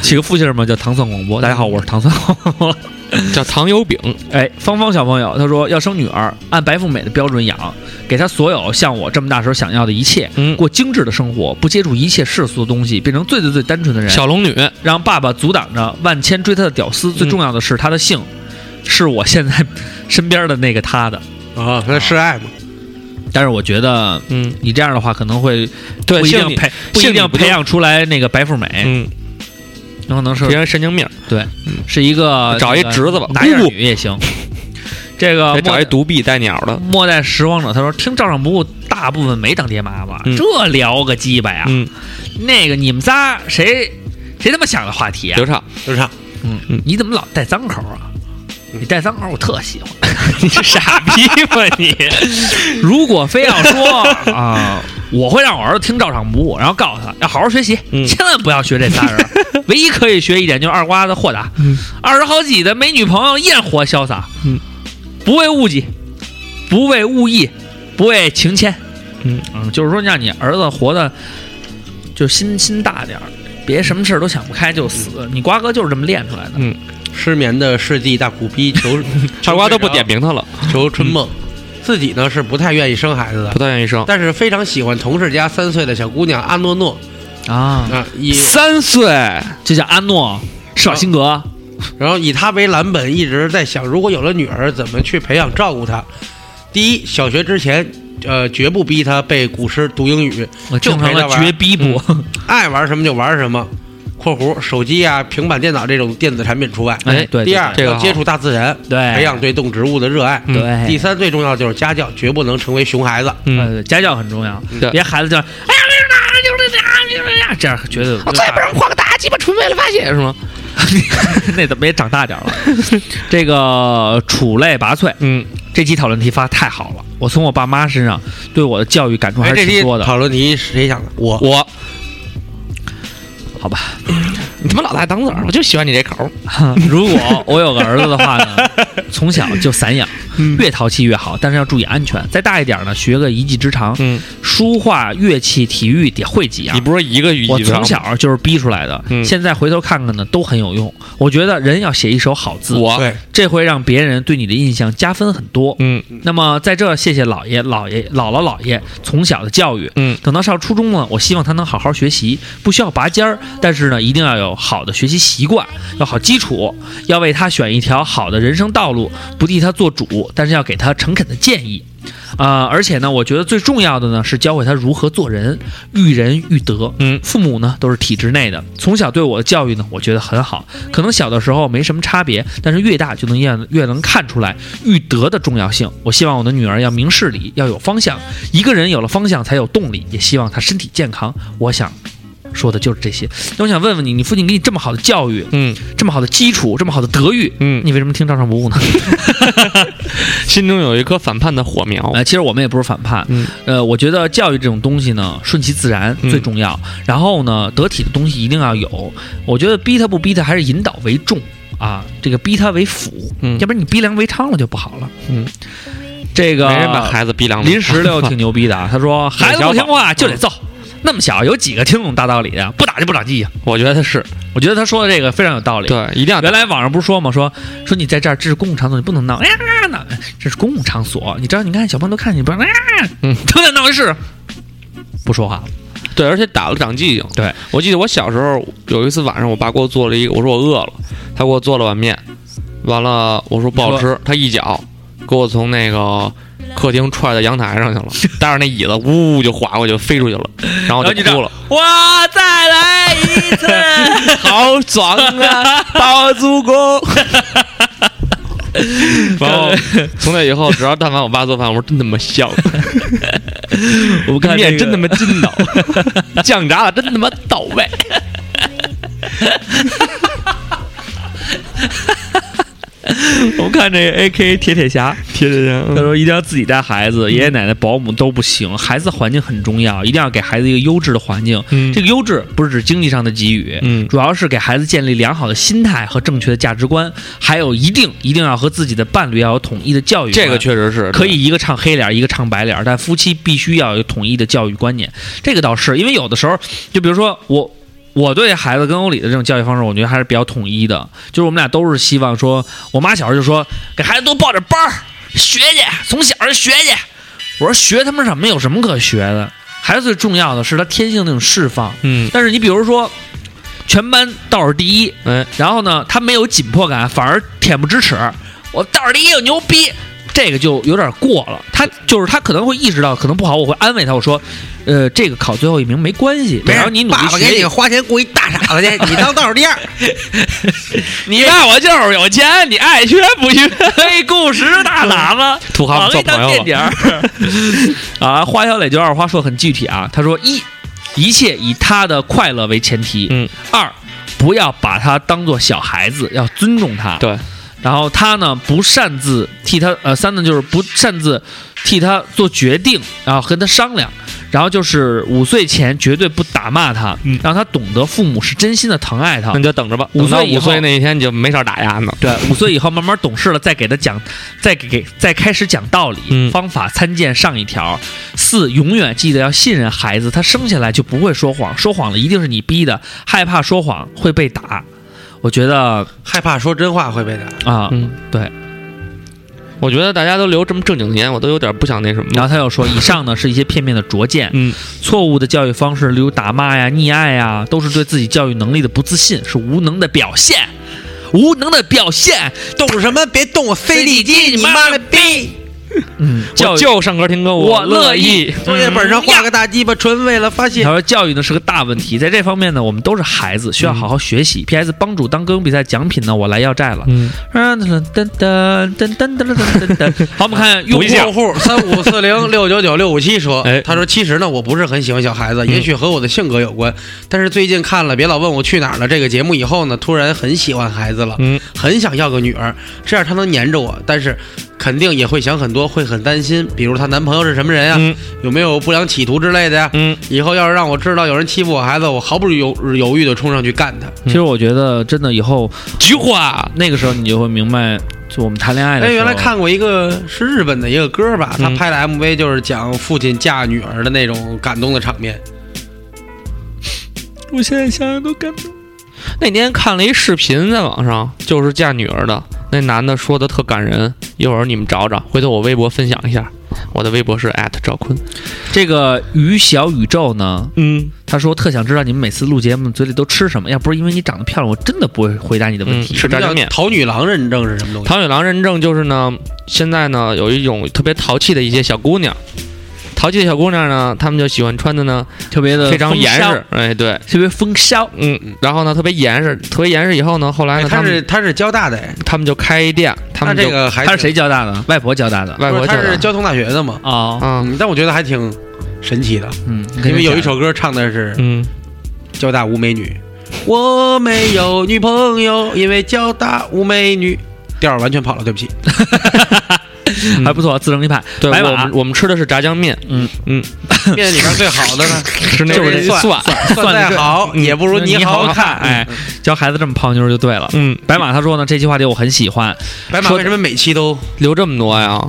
Speaker 5: 起个副姓儿嘛，叫糖蒜广播。大家好，我是糖蒜广播。
Speaker 6: 叫糖油饼，
Speaker 5: 哎，芳芳小朋友，她说要生女儿，按白富美的标准养，给她所有像我这么大时候想要的一切，
Speaker 6: 嗯
Speaker 5: 过精致的生活，不接触一切世俗的东西，变成最最最单纯的人。
Speaker 6: 小龙女，
Speaker 5: 让爸爸阻挡着万千追她的屌丝，最重要的是她的性，是我现在身边的那个她的。
Speaker 4: 啊，那示爱嘛，
Speaker 5: 但是我觉得
Speaker 6: 嗯，
Speaker 5: 你这样的话，可能会
Speaker 6: 对，
Speaker 5: 不一
Speaker 6: 姓
Speaker 5: 定
Speaker 6: 你
Speaker 5: 培不一
Speaker 6: 姓你
Speaker 5: 定
Speaker 6: 不
Speaker 5: 培
Speaker 6: 就
Speaker 5: 养出来那个白富美，
Speaker 6: 嗯，
Speaker 5: 有可能是
Speaker 6: 别人神经病，
Speaker 5: 是一个
Speaker 6: 嗯找一
Speaker 5: 那个
Speaker 6: 侄子吧
Speaker 5: 拿样
Speaker 6: 姑姑
Speaker 5: 女也行。这个
Speaker 6: 得找
Speaker 5: 莫
Speaker 6: 一独臂带鸟的，
Speaker 5: 末代拾荒者，他说听照上不误，大部分没当爹妈吧？
Speaker 6: 嗯
Speaker 5: 这聊个鸡巴呀！
Speaker 6: 嗯，
Speaker 5: 那个你们仨谁谁他妈想的话题啊
Speaker 6: 刘？畅，
Speaker 4: 就是啊
Speaker 5: 嗯，你怎么老带脏口啊？你带脏口我特喜欢， 你是傻逼吧你？ 如果非要说 啊、我会让我儿子听照常不误，然后告诉他要好好学习，
Speaker 6: 嗯
Speaker 5: 千万不要学这仨人 儿。唯一可以学一点就是二瓜子豁达，二十好几的没女朋友，依然活潇洒，
Speaker 6: 嗯
Speaker 5: 不为物己，不为物役，不为情牵，
Speaker 6: 嗯
Speaker 5: 就是说让你儿子活的就心心大点儿，别什么事儿都想不开就死。
Speaker 6: 嗯
Speaker 5: 你瓜哥就是这么练出来的。
Speaker 4: 失眠的世纪大苦逼求
Speaker 6: 二瓜都不点名他了，
Speaker 4: 求春梦，自己呢是不太愿意生孩子的
Speaker 5: 嗯
Speaker 6: 不，太愿意生，
Speaker 4: 但是非常喜欢同事家三岁的小姑娘阿诺诺
Speaker 5: 啊，
Speaker 4: 啊，以
Speaker 6: 三岁，
Speaker 5: 这叫安诺施瓦辛格，
Speaker 4: 然后以她为蓝本，一直在想如果有了女儿怎么去培养照顾她。第一，小学之前，呃，绝不逼她背古诗读英语，
Speaker 5: 我
Speaker 4: 就
Speaker 5: 听成
Speaker 4: 陪他
Speaker 5: 了
Speaker 4: 玩
Speaker 5: 绝哎逼不？
Speaker 4: 爱玩什么就玩什么。（括弧手机啊、平板电脑这种电子产品除外）
Speaker 5: 哎对
Speaker 4: 第二，
Speaker 6: 对对这个
Speaker 4: 要接触大自然，
Speaker 5: 对
Speaker 4: 培养对动植物的热爱。
Speaker 6: 嗯
Speaker 5: 对，
Speaker 4: 第三，最重要的就是家教，绝不能成为熊孩子。
Speaker 6: 嗯，
Speaker 5: 呃，家教很重要
Speaker 6: 对，
Speaker 5: 别孩子就哎呀，就是那样，就是那样，这样绝对我
Speaker 6: 再不让画个大鸡巴纯为了发泄是吗？
Speaker 5: 那怎么也长大 点儿了？这个杵类拔萃，
Speaker 6: 嗯，
Speaker 5: 这期讨论题发太好了，我从我爸妈身上对我的教育感触还
Speaker 4: 哎，
Speaker 5: 是
Speaker 4: 这
Speaker 5: 挺
Speaker 4: 期
Speaker 5: 多的，
Speaker 4: 讨论题谁想的？我
Speaker 6: 我
Speaker 5: 好吧？
Speaker 6: 你他妈老大 当字儿，我就喜欢你这口儿，
Speaker 5: 如果我有个儿子的话呢，从小就散养，
Speaker 6: 嗯
Speaker 5: 越淘气越好，但是要注意安全。再大一点呢，学个一技之长，
Speaker 6: 嗯，
Speaker 5: 书画、乐器、体育得会几样
Speaker 6: 你。不是一个语
Speaker 5: 我
Speaker 6: 义
Speaker 5: 从小就是逼出来的，
Speaker 6: 嗯
Speaker 5: 现在回头看看呢，都很有用。我觉得人要写一手好字，
Speaker 6: 我
Speaker 4: 对，
Speaker 5: 这会让别人对你的印象加分很多。
Speaker 6: 嗯
Speaker 5: 那么在这儿谢谢姥爷、姥爷、姥姥、姥爷从小的教育。
Speaker 6: 嗯
Speaker 5: 等到上初中呢，我希望他能好好学习，不需要拔尖儿，但是呢，一定要有好的学习习惯，要好基础，要为他选一条好的人生道路，不替他做主，但是要给他诚恳的建议。啊、而且呢，我觉得最重要的呢是教会他如何做人，育人育德。
Speaker 6: 嗯
Speaker 5: 父母呢都是体制内的，从小对我的教育呢，我觉得很好。可能小的时候没什么差别，但是越大就能越越能看出来育德的重要性。我希望我的女儿要明事理，要有方向。一个人有了方向才有动力，也希望她身体健康。我想说的就是这些。那我想问问你，你父亲给你这么好的教育，
Speaker 6: 嗯
Speaker 5: 这么好的基础，这么好的德育，
Speaker 6: 嗯，
Speaker 5: 你为什么听照常不误呢？
Speaker 6: 心中有一颗反叛的火苗。
Speaker 5: 呃，其实我们也不是反叛，
Speaker 6: 嗯
Speaker 5: 呃，我觉得教育这种东西呢，顺其自然
Speaker 6: 嗯
Speaker 5: 最重要。然后呢，得体的东西一定要有。我觉得逼他不逼他，还是引导为重啊，这个逼他为辅，
Speaker 6: 嗯
Speaker 5: 要不然你逼良为娼了就不好了。
Speaker 6: 嗯，
Speaker 5: 这个
Speaker 6: 没人把孩子逼凉了。
Speaker 5: 林石 榴挺牛逼的啊，他说孩子不听
Speaker 6: 嗯
Speaker 5: 话就得揍，那么小有几个听懂大道理的？不打就不长记呀。
Speaker 6: 我觉得是
Speaker 5: 我觉得他说的这个非常有道理。
Speaker 6: 对，一定要
Speaker 5: 原来网上不是说吗？说说你在这儿这是公共场所，你不能闹。哎呀，那这是公共场所，你知道？你看小朋友都看你，不是？哎呀，
Speaker 6: 嗯
Speaker 5: 都在闹的是不说话了。
Speaker 6: 对，而且打了长记性。
Speaker 5: 对，
Speaker 6: 我记得我小时候有一次晚上，我爸给我做了一个，我说我饿了，他给我做了碗面，完了我说不好吃，他一脚给我从那个客厅踹到阳台上 去了，带着那椅子呜呜就滑过去飞出去了，然后我
Speaker 5: 然后你
Speaker 6: 就
Speaker 5: 这
Speaker 6: 哭了，
Speaker 5: 我再来一次。
Speaker 6: 好爽啊，包租公。 然后从那以后，只要但凡我爸做饭，我说真他妈香，
Speaker 5: 我们看这
Speaker 6: 面
Speaker 5: 个
Speaker 6: 真他妈筋道，酱炸的真他妈到位。
Speaker 5: 我们看这个 A K 铁铁侠，嗯
Speaker 6: 贴着人
Speaker 5: 他说一定要自己带孩子，爷爷奶奶、保姆都不行，孩子环境很重要，一定要给孩子一个优质的环境。
Speaker 6: 嗯
Speaker 5: 这个优质不是指经济上的给予，
Speaker 6: 嗯
Speaker 5: 主要是给孩子建立良好的心态和正确的价值观，还有一定一定要和自己的伴侣要有统一的教育观。
Speaker 6: 这个确实是
Speaker 5: 可以一个唱黑脸儿，一个唱白脸儿，但夫妻必须要有统一的教育观念。这个倒是，因为有的时候，就比如说我。我对孩子跟欧里的这种教育方式，我觉得还是比较统一的。就是我们俩都是希望说，我妈小时候就说给孩子多报点班儿，学去，从小就学去。我说学他妈什么？有什么可学的？孩子最重要的是他天性那种释放。
Speaker 6: 嗯，
Speaker 5: 但是你比如说，全班倒数第一，
Speaker 6: 哎，
Speaker 5: 然后呢，他没有紧迫感，反而恬不知耻。我倒数第一，我牛逼，这个就有点过了。他就是他可能会意识到可能不好，我会安慰他，我说，呃，这个考最后一名没关系，只要你努力
Speaker 4: 爸爸给
Speaker 5: 学
Speaker 4: 你
Speaker 5: 习，
Speaker 4: 花钱雇一大傻子去，你当倒数第二。
Speaker 5: 你爸我就是有钱，你爱学不 学，非故事大喇 叭，
Speaker 6: 土豪
Speaker 5: 往
Speaker 6: 做
Speaker 5: 一当
Speaker 6: 朋
Speaker 5: 垫
Speaker 6: 友
Speaker 5: 底
Speaker 6: 了。
Speaker 5: 儿。 啊，花小磊就二话说很具体啊，他说一，一切以他的快乐为前提；
Speaker 6: 嗯，
Speaker 5: 二，不要把他当做小孩子，要尊重他。
Speaker 6: 对，
Speaker 5: 然后他呢不擅自替他呃三呢就是不擅自替他做决定，然后跟他商量，然后就是五岁前绝对不打骂他，
Speaker 6: 嗯
Speaker 5: 让他懂得父母是真心的疼爱他
Speaker 6: 那你。就等着吧。
Speaker 5: 五
Speaker 6: 等到
Speaker 5: 岁以
Speaker 6: 五岁
Speaker 5: 后
Speaker 6: 那一天，你就没少打压呢。
Speaker 5: 对，五岁以后慢慢懂事了，再给他讲，再给给再开始讲道理、
Speaker 6: 嗯
Speaker 5: 方法、参见上一条。四，永远记得要信任孩子，他生下来就不会说谎，说谎了一定是你逼的，害怕说谎会被打。我觉得
Speaker 4: 害怕说真话会被打。
Speaker 5: 啊，
Speaker 6: 嗯，
Speaker 5: 对。
Speaker 6: 我觉得大家都留这么正经的言，我都有点不想那什么
Speaker 5: 然后
Speaker 6: 了。
Speaker 5: 他又说，以上呢是一些片面的拙见，
Speaker 6: 嗯，
Speaker 5: 错误的教育方式，例如打骂呀、溺爱呀，都是对自己教育能力的不自信，是无能的表现。无能的表现，
Speaker 4: 动什么？别动我菲力机！你妈了逼！
Speaker 5: 嗯，教
Speaker 6: 我
Speaker 5: 育
Speaker 6: 就上课听歌，
Speaker 5: 我乐
Speaker 6: 乐
Speaker 5: 意。
Speaker 4: 作业本上画个大鸡巴，纯为了发泄
Speaker 5: 他。说教育呢是个大问题，在这方面呢，我们都是孩子，需要好好学习。P.S. 帮主当歌咏比赛奖品呢，我来要债了。
Speaker 6: 嗯，
Speaker 5: 啊噔噔噔噔噔噔噔噔噔。好，我们看用
Speaker 6: 不像
Speaker 5: 户
Speaker 4: 用户三五四零六九九六五七说
Speaker 6: 哎，嗯
Speaker 4: 他说其实呢，我不是很喜欢小孩子，也许和我的性格有关，但是最近看了《别老问我去哪儿了》这个节目以后呢，突然很喜欢孩子了，
Speaker 6: 嗯，
Speaker 4: 很想要个女儿，这样她能黏着我，但是肯定也会想很多，会很担心，比如她男朋友是什么人呀、
Speaker 6: 嗯
Speaker 4: 有没有不良企图之类的呀、
Speaker 6: 嗯，
Speaker 4: 以后要是让我知道有人欺负我孩子，我毫不犹犹豫的冲上去干他。
Speaker 5: 其实我觉得真的以后
Speaker 6: 菊花
Speaker 5: 那个时候你就会明白，就我们谈恋爱的
Speaker 4: 哎，
Speaker 5: 时候，
Speaker 4: 原来看过一个是日本的一个歌吧，他
Speaker 6: 嗯
Speaker 4: 拍的 MV 就是讲父亲嫁女儿的那种感动的场面。
Speaker 5: 我现在想想都感动。
Speaker 6: 那天看了一视频，在网上就是嫁女儿的那男的说的特感人，一会儿你们找找，回头我微博分享一下，我的微博是赵坤。
Speaker 5: 这个于小宇宙呢，
Speaker 6: 嗯，
Speaker 5: 他说特想知道你们每次录节目嘴里都吃什么，要不是因为你长得漂亮，我真的不会回答你的问题。
Speaker 6: 嗯是炸酱面
Speaker 4: 桃女郎认证是什么东西？
Speaker 6: 唐女郎认证就是呢，现在呢有一种特别淘气的一些小姑娘，淘气的小姑娘呢，她们就喜欢穿的呢
Speaker 5: 特别的
Speaker 6: 非常严
Speaker 5: 风
Speaker 6: 实
Speaker 5: 骚，，
Speaker 6: 哎对，
Speaker 5: 特别风骚。
Speaker 6: 嗯，然后呢特别严实，特别严实以后呢，后来
Speaker 4: 哎
Speaker 6: 呢
Speaker 4: 他
Speaker 6: 她
Speaker 4: 是
Speaker 6: 们
Speaker 4: 他是交大的，哎
Speaker 6: 她们就开一店，她
Speaker 4: 那
Speaker 6: 们
Speaker 4: 这
Speaker 6: 就
Speaker 4: 个还
Speaker 5: 他是
Speaker 4: 挺
Speaker 5: 谁？教大的？外婆教大的。
Speaker 6: 外
Speaker 4: 不
Speaker 6: 国
Speaker 4: 是
Speaker 6: 去
Speaker 4: 他是
Speaker 6: 了
Speaker 4: 交通大学的嘛？
Speaker 5: 哦，
Speaker 6: 啊，
Speaker 4: 嗯，但我觉得还挺神奇的，
Speaker 5: 嗯，
Speaker 4: 因为有一首歌唱的是
Speaker 6: 嗯，
Speaker 4: 交大无美女，我没有女朋友，因为交大无美女。调儿完全跑了，对 不起。
Speaker 6: 嗯
Speaker 5: 还不错，自成一派。
Speaker 6: 对，
Speaker 5: 白
Speaker 6: 我
Speaker 5: 马
Speaker 6: 们我们吃的是炸酱面，
Speaker 5: 嗯
Speaker 6: 嗯，
Speaker 4: 面里边最好的呢，
Speaker 6: 是那
Speaker 4: 就是
Speaker 6: 蒜
Speaker 4: 蒜，
Speaker 5: 蒜
Speaker 4: 蒜再好也不如
Speaker 5: 你
Speaker 4: 你
Speaker 5: 好
Speaker 4: 好啊嗯看。
Speaker 5: 哎，教孩子这么泡妞就对了。
Speaker 6: 嗯，
Speaker 5: 白马他说呢，这期话题我很喜欢，
Speaker 4: 白马
Speaker 5: 说
Speaker 4: 为什么每期都
Speaker 6: 留这么多呀？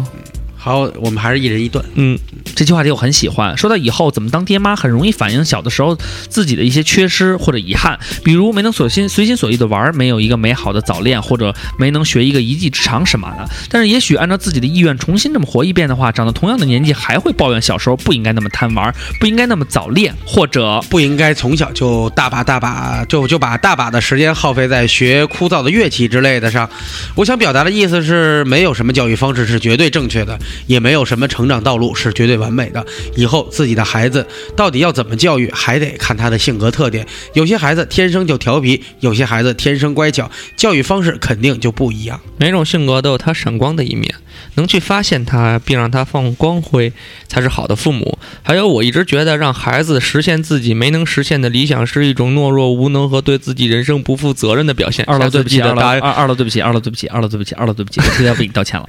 Speaker 4: 好？我们还是一人一段。
Speaker 6: 嗯，
Speaker 5: 这期话题我很喜欢。说到以后怎么当爹妈，很容易反映小的时候自己的一些缺失或者遗憾，比如没能所心随心所欲的玩，没有一个美好的早恋，或者没能学一个一技之长什么的。但是也许按照自己的意愿重新这么活一遍的话，长到同样的年纪还会抱怨小时候不应该那么贪玩，不应该那么早恋，或者
Speaker 4: 不应该从小就大把大把就就把大把的时间耗费在学枯燥的乐器之类的上。我想表达的意思是，没有什么教育方式是绝对正确的，也没有什么成长道路是绝对完美的。以后自己的孩子到底要怎么教育，还得看他的性格特点。有些孩子天生就调皮，有些孩子天生乖巧，教育方式肯定就不一样。
Speaker 6: 每种性格都有它闪光的一面，能去发现它并让它放光辉，才是好的父母。还有，我一直觉得让孩子实现自己没能实现的理想，是一种懦弱、无能和对自己人生不负责任的表现。
Speaker 5: 二楼
Speaker 6: 下
Speaker 5: 对
Speaker 6: 次
Speaker 5: 不
Speaker 6: 记
Speaker 5: 起，二
Speaker 6: 得
Speaker 5: 楼二
Speaker 6: 答，
Speaker 5: 二楼对不起，二楼对不起，二楼对不起，二楼对不起，我现在要为你道歉了。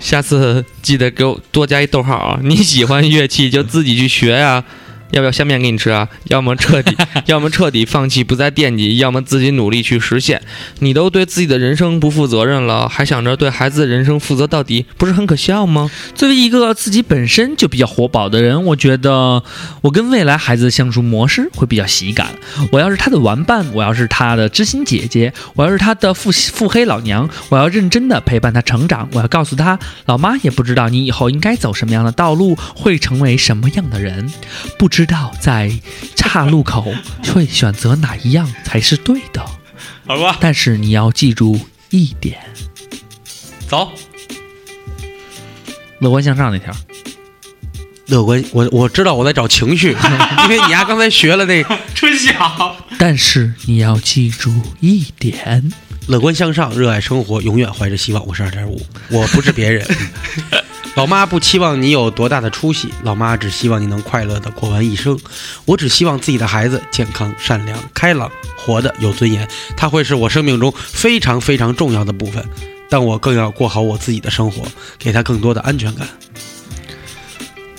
Speaker 6: 下次记得给我多加一逗号啊！ 你喜欢乐器就自己去学呀、 要不要下面给你吃啊？要么彻 底，要么彻底放弃，不再惦记；要么自己努力去实现。你都对自己的人生不负责任了，还想着对孩子的人生负责到底，不是很可笑吗？
Speaker 5: 作为一个自己本身就比较活宝的人，我觉得我跟未来孩子的相处模式会比较喜感。我要是他的玩伴，我要是他的知心姐姐，我要是他的腹腹黑老娘，我要认真的陪伴他成长。我要告诉他，老妈也不知道你以后应该走什么样的道路，会成为什么样的人，不知道在岔路口会选择哪一样才是对的。
Speaker 6: 好吧，
Speaker 5: 但是你要记住一点，
Speaker 6: 走。
Speaker 5: 乐观向上那条。
Speaker 4: 乐观，我我知道我在找情绪， 因为你丫刚才学了那
Speaker 5: 但是你要记住一点，
Speaker 4: 乐观向上，热爱生活，永远怀着希望。我是二点五，我不是别人。 老妈不期望你有多大的出息，老妈只希望你能快乐的过完一生。我只希望自己的孩子健康、善良、开朗，活得有尊严。他会是我生命中非常非常重要的部分，但我更要过好我自己的生活，给他更多的安全感。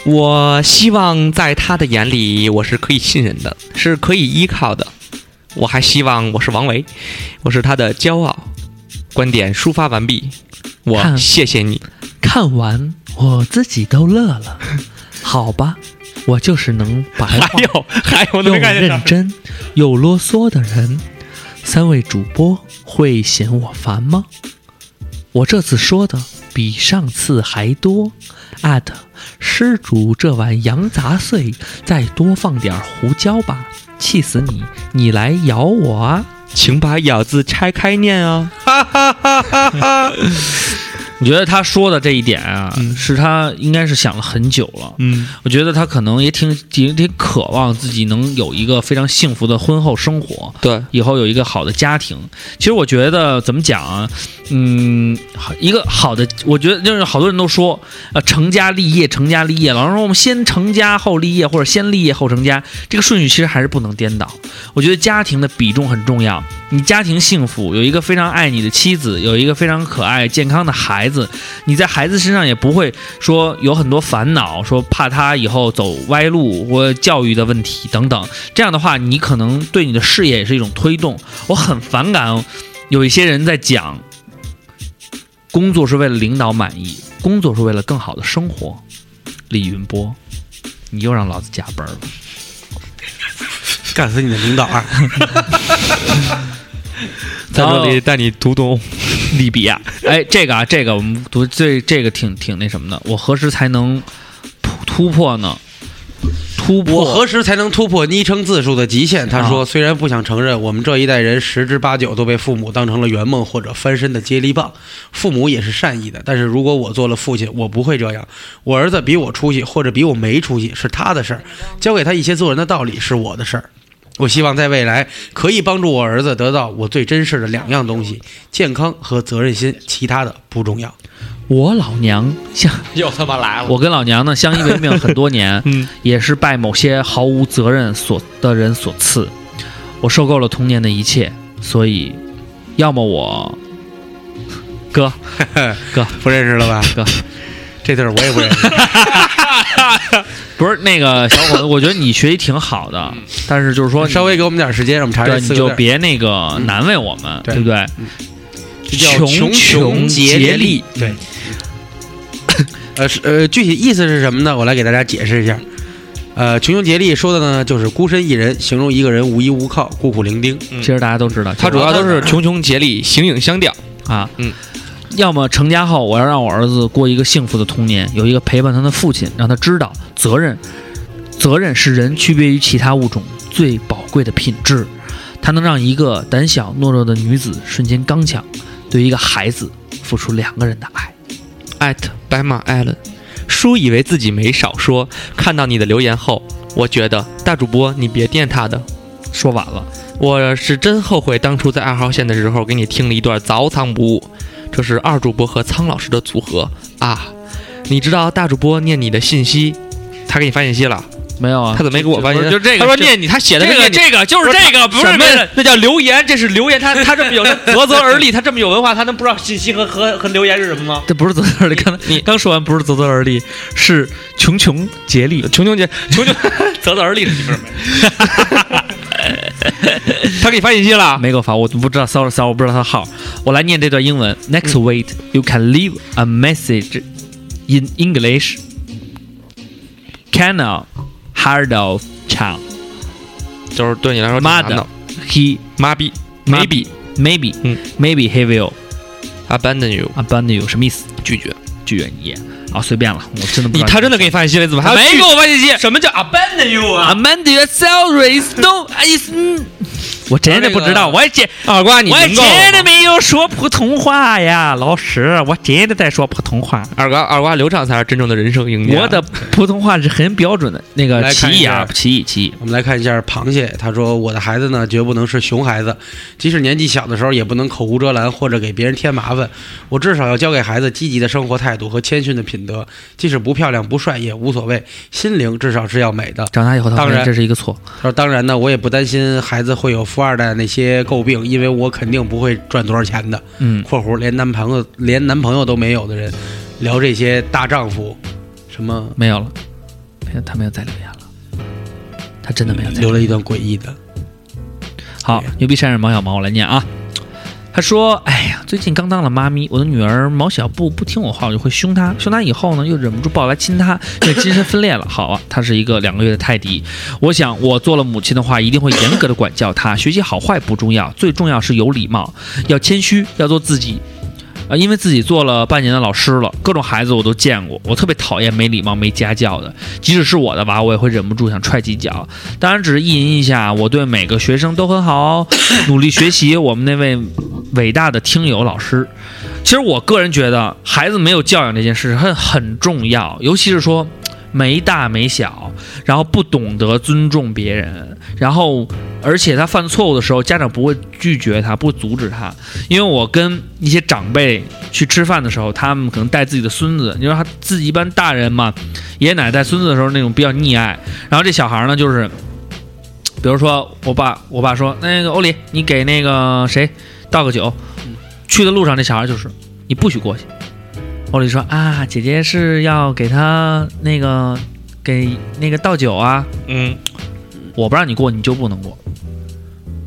Speaker 6: 我希望在他的眼里，我是可以信任的，是可以依靠的。我还希望我是王维，我是他的骄傲。观点抒发完毕，我
Speaker 5: 看
Speaker 6: 谢谢 你。
Speaker 5: 看完我自己都乐了。好吧， 我就是能把
Speaker 6: 还有还有
Speaker 5: 又
Speaker 6: 那个
Speaker 5: 认真又啰嗦的人。三位主播会嫌我烦吗？我这次说的比上次还多。at 施主这碗羊杂碎，再多放点胡椒吧，气死你！你来咬我啊！
Speaker 6: 请把“咬”字拆开念啊。
Speaker 5: 我觉得他说的这一点啊，是他应该是想了很久了。
Speaker 6: 嗯，
Speaker 5: 我觉得他可能也挺挺挺渴望自己能有一个非常幸福的婚后生活，
Speaker 6: 对，
Speaker 5: 以后有一个好的家庭。其实我觉得怎么讲啊，嗯，好一个好的，我觉得就是好多人都说，呃，成家立业，成家立业，老是说我们先成家后立业，或者先立业后成家，这个顺序其实还是不能颠倒。我觉得家庭的比重很重要，你家庭幸福，有一个非常爱你的妻子，有一个非常可爱健康的孩子，你在孩子身上也不会说有很多烦恼，说怕他以后走歪路或教育的问题等等。这样的话，你可能对你的事业也是一种推动。我很反感有一些人在讲。工作是为了领导满意，工作是为了更好的生活。李云波，你又让老子加班了。
Speaker 4: 干死你的领导啊！
Speaker 6: 在这里带你读懂利比亚。
Speaker 5: 哎，这个啊，这个我们读这这个挺挺那什么的。我何时才能突突破呢？突破啊
Speaker 4: 我何时才能突破昵称字数的极限？他说，虽然不想承认，我们这一代人十之八九都被父母当成了圆梦或者翻身的接力棒，父母也是善意的。但是如果我做了父亲，我不会这样。我儿子比我出息，或者比我没出息，是他的事儿，教给他一些做人的道理是我的事儿。我希望在未来可以帮助我儿子得到我最珍视的两样东西：健康和责任心，其他的不重要。
Speaker 5: 我老娘相，
Speaker 6: 又他妈来了！嗯
Speaker 5: 我跟老娘呢相依为命很多 年，也是拜某些毫无责任所的人所赐。我受够了童年的一切，所以，要么我，哥，哥，
Speaker 4: 不认识了吧？
Speaker 5: 哥，
Speaker 4: 这字儿我也不认识。
Speaker 5: 不是那个小伙子，我觉得你学习挺好的，
Speaker 6: 嗯
Speaker 5: 但是就是说你
Speaker 4: 稍微给我们点时间，让我们查查
Speaker 5: 对，
Speaker 4: 这
Speaker 5: 你
Speaker 4: 四个
Speaker 5: 就
Speaker 4: 字儿
Speaker 5: 别那个难为我们，
Speaker 4: 对
Speaker 5: 对不对？
Speaker 4: 这叫穷
Speaker 5: 穷
Speaker 4: 竭嗯
Speaker 5: 竭力，
Speaker 4: 对。 呃是呃，具体意思是什么呢？我来给大家解释一下。呃，穷穷竭力说的呢，就是孤身一人，形容一个人无依无靠、孤苦伶仃。
Speaker 5: 其实大家都知道，
Speaker 6: 他主要都是穷穷竭力，形影相吊。
Speaker 5: 啊，
Speaker 6: 嗯，
Speaker 5: 要么成家后，我要让我儿子过一个幸福的童年，有一个陪伴他的父亲，让他知道责任，责任是人区别于其他物种最宝贵的品质，它能让一个胆小懦弱的女子瞬间刚强，对一个孩子付出两个人的爱。
Speaker 6: at 白马 Allen，叔以为自己没少说，看到你的留言后，我觉得大主播你别惦他的，
Speaker 5: 说完了，
Speaker 6: 我是真后悔当初在二号线的时候给你听了一段凿仓不误，这是二主播和苍老师的组合啊！你知道大主播念你的信息，他给你发信息了，
Speaker 5: 没有啊？
Speaker 6: 他怎么没给我发信息？
Speaker 5: 就这个，
Speaker 6: 他说
Speaker 5: 这
Speaker 6: 念你，他写的
Speaker 5: 这
Speaker 6: 是
Speaker 5: 个
Speaker 6: 念你。
Speaker 5: 这个就是
Speaker 6: 不是
Speaker 5: 这个，不是
Speaker 6: 什么
Speaker 5: 为了。
Speaker 6: 那叫留言，这是留言。他他这 么有他啧啧而立，他这么有文化，他能不知道信息和和和留言是什么吗？
Speaker 5: 这不是啧啧而立，刚才
Speaker 6: 你
Speaker 5: 刚说完不是啧啧而立，是穷穷竭力。
Speaker 6: 琼琼姐，琼 琼啧啧而立，你 什么？他给你发信息了，
Speaker 5: 啊没给我发，我不知道，sorry sorry，我不知道他的号。我来念这段英文：Next
Speaker 6: 嗯
Speaker 5: week you can leave a message in English. Canal hard of Chang
Speaker 6: 就是对你来说挺
Speaker 5: 妈
Speaker 6: 难
Speaker 5: 的
Speaker 6: 的，
Speaker 5: he
Speaker 6: 麻痹
Speaker 5: maybe
Speaker 6: ，maybe
Speaker 5: maybe
Speaker 6: 嗯
Speaker 5: maybe he will
Speaker 6: abandon you，
Speaker 5: abandon you 什么意思？
Speaker 6: 拒绝
Speaker 5: 拒绝你啊，随便了，我真的不知
Speaker 6: 你，
Speaker 5: 道
Speaker 6: 他真的给你发信息了，你怎么还要
Speaker 5: 没
Speaker 6: 拒
Speaker 5: 给我发信息。
Speaker 6: 什么叫 abandon you 啊？
Speaker 5: Amend your salary, no, is 我真的不知道，我也解
Speaker 6: 耳瓜，你
Speaker 5: 我
Speaker 6: 能够
Speaker 5: 真的没有说普通话呀，老师，我真的在说普通话。
Speaker 6: 二瓜，二瓜流畅才是真正的人生赢家。
Speaker 5: 我的普通话是很标准的，那个
Speaker 4: 来
Speaker 5: 歧
Speaker 4: 看
Speaker 5: 义
Speaker 4: 一
Speaker 5: 啊
Speaker 4: 下，
Speaker 5: 歧义，歧义。
Speaker 4: 我们来看一下螃蟹，他说：“我的孩子呢，绝不能是熊孩子，即使年纪小的时候，也不能口无遮拦或者给别人添麻烦。我至少要教给孩子积极的生活态度和谦逊的品德，即使不漂亮不帅也无所谓，心灵至少是要美的。”
Speaker 5: 长大以后，他发
Speaker 4: 当
Speaker 5: 现
Speaker 4: 然
Speaker 5: 这是一个错。
Speaker 4: 他说：“当然呢，我也不担心孩子会有富二代那些诟病，因为我肯定不会赚多少钱的。”
Speaker 5: 嗯，
Speaker 4: 括弧连男朋友连男朋友都没有的人，聊这些大丈夫，什么
Speaker 5: 没有了，没有，他没有再留言了，他真的没有再留言
Speaker 4: 留了一段诡异的。
Speaker 5: 好，牛逼山人毛小毛，我来念啊。他说：“哎呀，最近刚当了妈咪，我的女儿毛小布不听我话，我就会凶她。凶她以后呢，又忍不住抱来亲她，因为精神分裂了。好啊，她是一个两个月的泰迪。我想，我做了母亲的话，一定会严格的管教她。学习好坏不重要，最重要是有礼貌，要谦虚，要做自己。啊、因为自己做了半年的老师了，各种孩子我都见过，我特别讨厌没礼貌、没家教的。即使是我的娃，我也会忍不住想踹几脚。当然只是意淫一下，我对每个学生都很好哦，努力学习。我们那位伟大的听友老师，其实我个人觉得，孩子没有教养这件事很很重要，尤其是说没大没小，然后不懂得尊重别人，然后而且他犯错误的时候，家长不会拒绝他，不会阻止他。因为我跟一些长辈去吃饭的时候，他们可能带自己的孙子，你说他自己一般大人嘛，爷爷奶奶带孙子的时候那种比较溺爱，然后这小孩呢就是。比如说，我爸，我爸说，那个欧里，你给那个谁倒个酒。去的路上，这小孩就是，你不许过去。欧里说啊，姐姐是要给他那个给那个倒酒啊，
Speaker 6: 嗯，
Speaker 5: 我不让你过，你就不能过。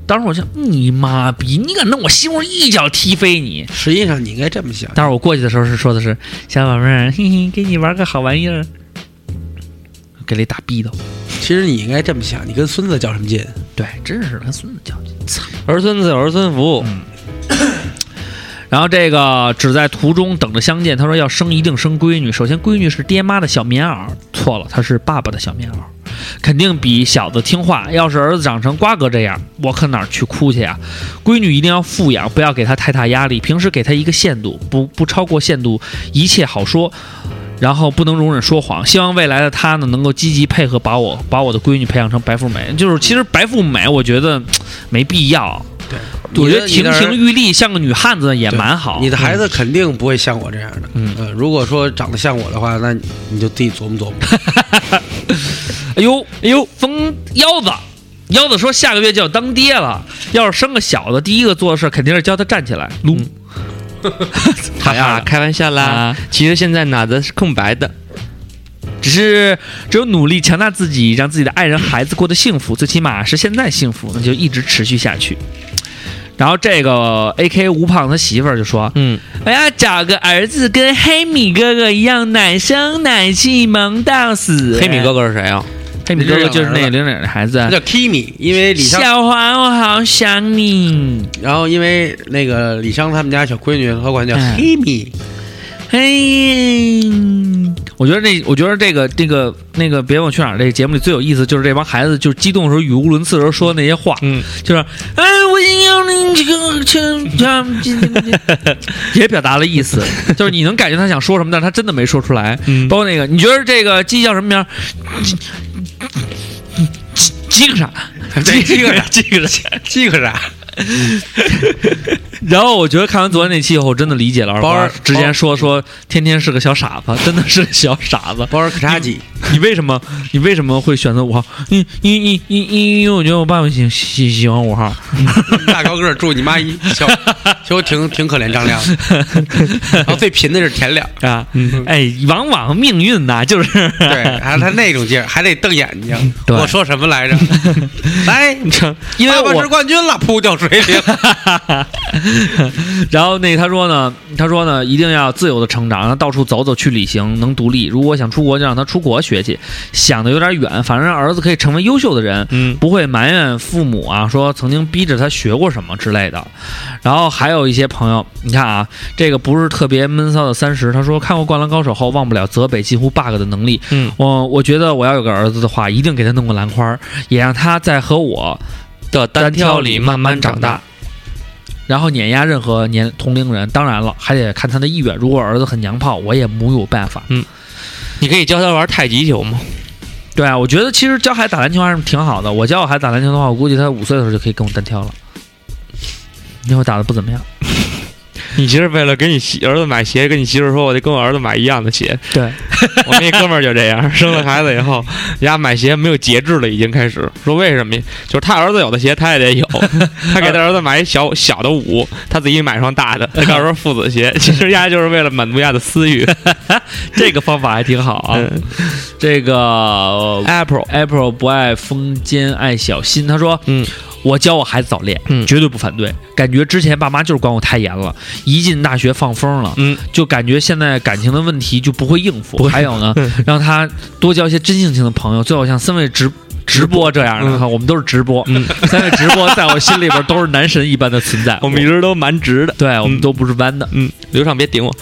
Speaker 5: 当时我想，你妈逼，你敢弄我媳妇儿，一脚踢飞你！
Speaker 4: 实际上你应该这么想，
Speaker 5: 当时我过去的时候是说的是，小宝贝儿，嘿嘿，给你玩个好玩意儿，给雷打逼的。
Speaker 4: 其实你应该这么想，你跟孙子较什么劲？
Speaker 5: 对，真是他孙子教训。操！
Speaker 6: 儿孙自有儿孙福，
Speaker 5: 然后这个只在途中等着相见。他说要生一定生闺女，首先闺女是爹妈的小棉袄，错了，她是爸爸的小棉袄，肯定比小子听话。要是儿子长成瓜哥这样，我可哪儿去哭去呀、啊闺女一定要富养，不要给她太大压力，平时给她一个限度，不不超过限度，一切好说。然后不能容忍说谎，希望未来的她呢能够积极配合，把我把我的闺女培养成白富美。就是其实白富美，我觉得没必要。对，我觉得
Speaker 4: 你
Speaker 5: 亭
Speaker 4: 的
Speaker 5: 亭玉立，像个女汉子也
Speaker 4: 对
Speaker 5: 蛮好。
Speaker 4: 你的孩子肯定不会像我这样的。
Speaker 5: 嗯
Speaker 4: 呃，如果说长得像我的话，那你就自己琢磨 琢磨。
Speaker 5: 哎呦哎呦，疯腰子，腰子说下个月就要当爹了，要是生个小的，第一个做的事肯定是教他站起来撸。
Speaker 4: 嗯 哎
Speaker 6: 哈哈，开玩笑啦
Speaker 5: 啊。
Speaker 6: 其实现在脑子是空白的，
Speaker 5: 只是只有努力强大自己，让自己的爱人、孩子过得幸福，最起码是现在幸福，那就一直持续下去。然后这个 A K 吴胖他媳妇儿就说
Speaker 6: 嗯，：“
Speaker 5: 我要找个儿子跟黑米哥哥一样奶声奶气，萌到死。”
Speaker 6: 黑米哥，哥是谁啊？
Speaker 5: 黑米哥哥就是那个领养的孩子啊
Speaker 4: 他。叫 Kimi，因为李湘，
Speaker 5: 小黄，我好想你。
Speaker 4: 然后因为那个李湘他们家小闺女，她管叫
Speaker 5: 嗯
Speaker 4: Kimi，
Speaker 5: 嘿，我觉得那，我觉得这个，这个，那个《别问我去哪儿》这个节目里最有意思，就是这帮孩子就是激动的时候语无伦次的时候说的那些话，
Speaker 6: 嗯，
Speaker 5: 就是哎，我要你这个这，也表达了意思，就是你能感觉他想说什么，但是他真的没说出来。
Speaker 6: 嗯
Speaker 5: 包括那个，你觉得这个鸡叫什么名儿？鸡鸡个啥？
Speaker 4: 对
Speaker 5: 鸡
Speaker 4: 鸡
Speaker 5: 个
Speaker 4: 个
Speaker 5: 啥
Speaker 4: 啥？
Speaker 5: 鸡个啥？
Speaker 4: 这个啥？
Speaker 5: 然后我觉得看完昨天那期以后，我真的理解了二
Speaker 4: 包
Speaker 5: 瓜
Speaker 4: 儿
Speaker 5: 之前说说天天是个小傻 子，真的是个小傻子。
Speaker 4: 包尔卡扎吉，
Speaker 5: 你为什么你为什么会选择五号？因因因因因因为我觉得我爸爸喜喜喜欢五号，
Speaker 4: 嗯大高个儿， 祝你妈一小，其实我挺挺可怜张亮的。然后最贫的是田亮，
Speaker 5: 啊，哎，往往命运呐、就是
Speaker 4: 嗯对，还有他那种劲儿，还得瞪眼睛。
Speaker 5: 对
Speaker 4: 我说什么来着？来，
Speaker 5: 因为
Speaker 4: 爸爸
Speaker 5: 我
Speaker 4: 是冠军了，扑掉水里了。
Speaker 5: 然后那他说呢，他说呢，一定要自由的成长，让他到处走走，去旅行，能独立。如果想出国，就让他出国学去。想的有点远，反正让儿子可以成为优秀的人，
Speaker 6: 嗯
Speaker 5: 不会埋怨父母啊，说曾经逼着他学过什么之类的。然后还有一些朋友，你看啊，这个不是特别闷骚的三十，他说看过《灌篮高手》后，忘不了泽北近乎 bug 的能力。
Speaker 6: 嗯，
Speaker 5: 我我觉得我要有个儿子的话，一定给他弄个篮筐，也让他在和我
Speaker 6: 的单挑里慢慢长大。，
Speaker 5: 然后碾压任何年同龄人。当然了，还得看他的意愿。如果儿子很娘炮，我也没有办法。
Speaker 6: 你可以教他玩太极球吗？
Speaker 5: 对啊，我觉得其实教孩子打篮球还是挺好的。我教我孩子打篮球的话，我估计他五岁的时候就可以跟我单挑了。 那会儿打的不怎么样。
Speaker 6: 你其实为了给你媳儿子买鞋，跟你媳妇儿说，我得跟我儿子买一样的鞋。
Speaker 5: 对，
Speaker 6: 我那哥们儿就这 样，生了孩子以后，人家买鞋没有节制了，已经开始说为什么呀？就是他儿子有的鞋他也得 有，他给他儿子买一小小的五，他自己买双大的，他告诉说父子 鞋，其实人家就是为了满足人家的私欲。
Speaker 5: 这个方法还挺好啊。
Speaker 6: 嗯
Speaker 5: 这个 April April 不爱风间，爱小心。他说，
Speaker 6: 嗯，
Speaker 5: 我教我孩子早恋，
Speaker 6: 嗯
Speaker 5: 绝对不反对。感觉之前爸妈就是管我太严了，一进大学放风了，
Speaker 6: 嗯，
Speaker 5: 就感觉现在感情的问题就不会应付。还有呢，
Speaker 6: 嗯
Speaker 5: 让他多交一些真性情的朋友，最好像三位直。直播这样的哈，我们都是直播，
Speaker 6: 嗯
Speaker 5: 三位直播在我心里边都是男神一般的存在。
Speaker 6: 我们一直都蛮直的。
Speaker 5: 对，我们
Speaker 6: 嗯
Speaker 5: 都不是弯的，
Speaker 6: 嗯，刘畅别顶我。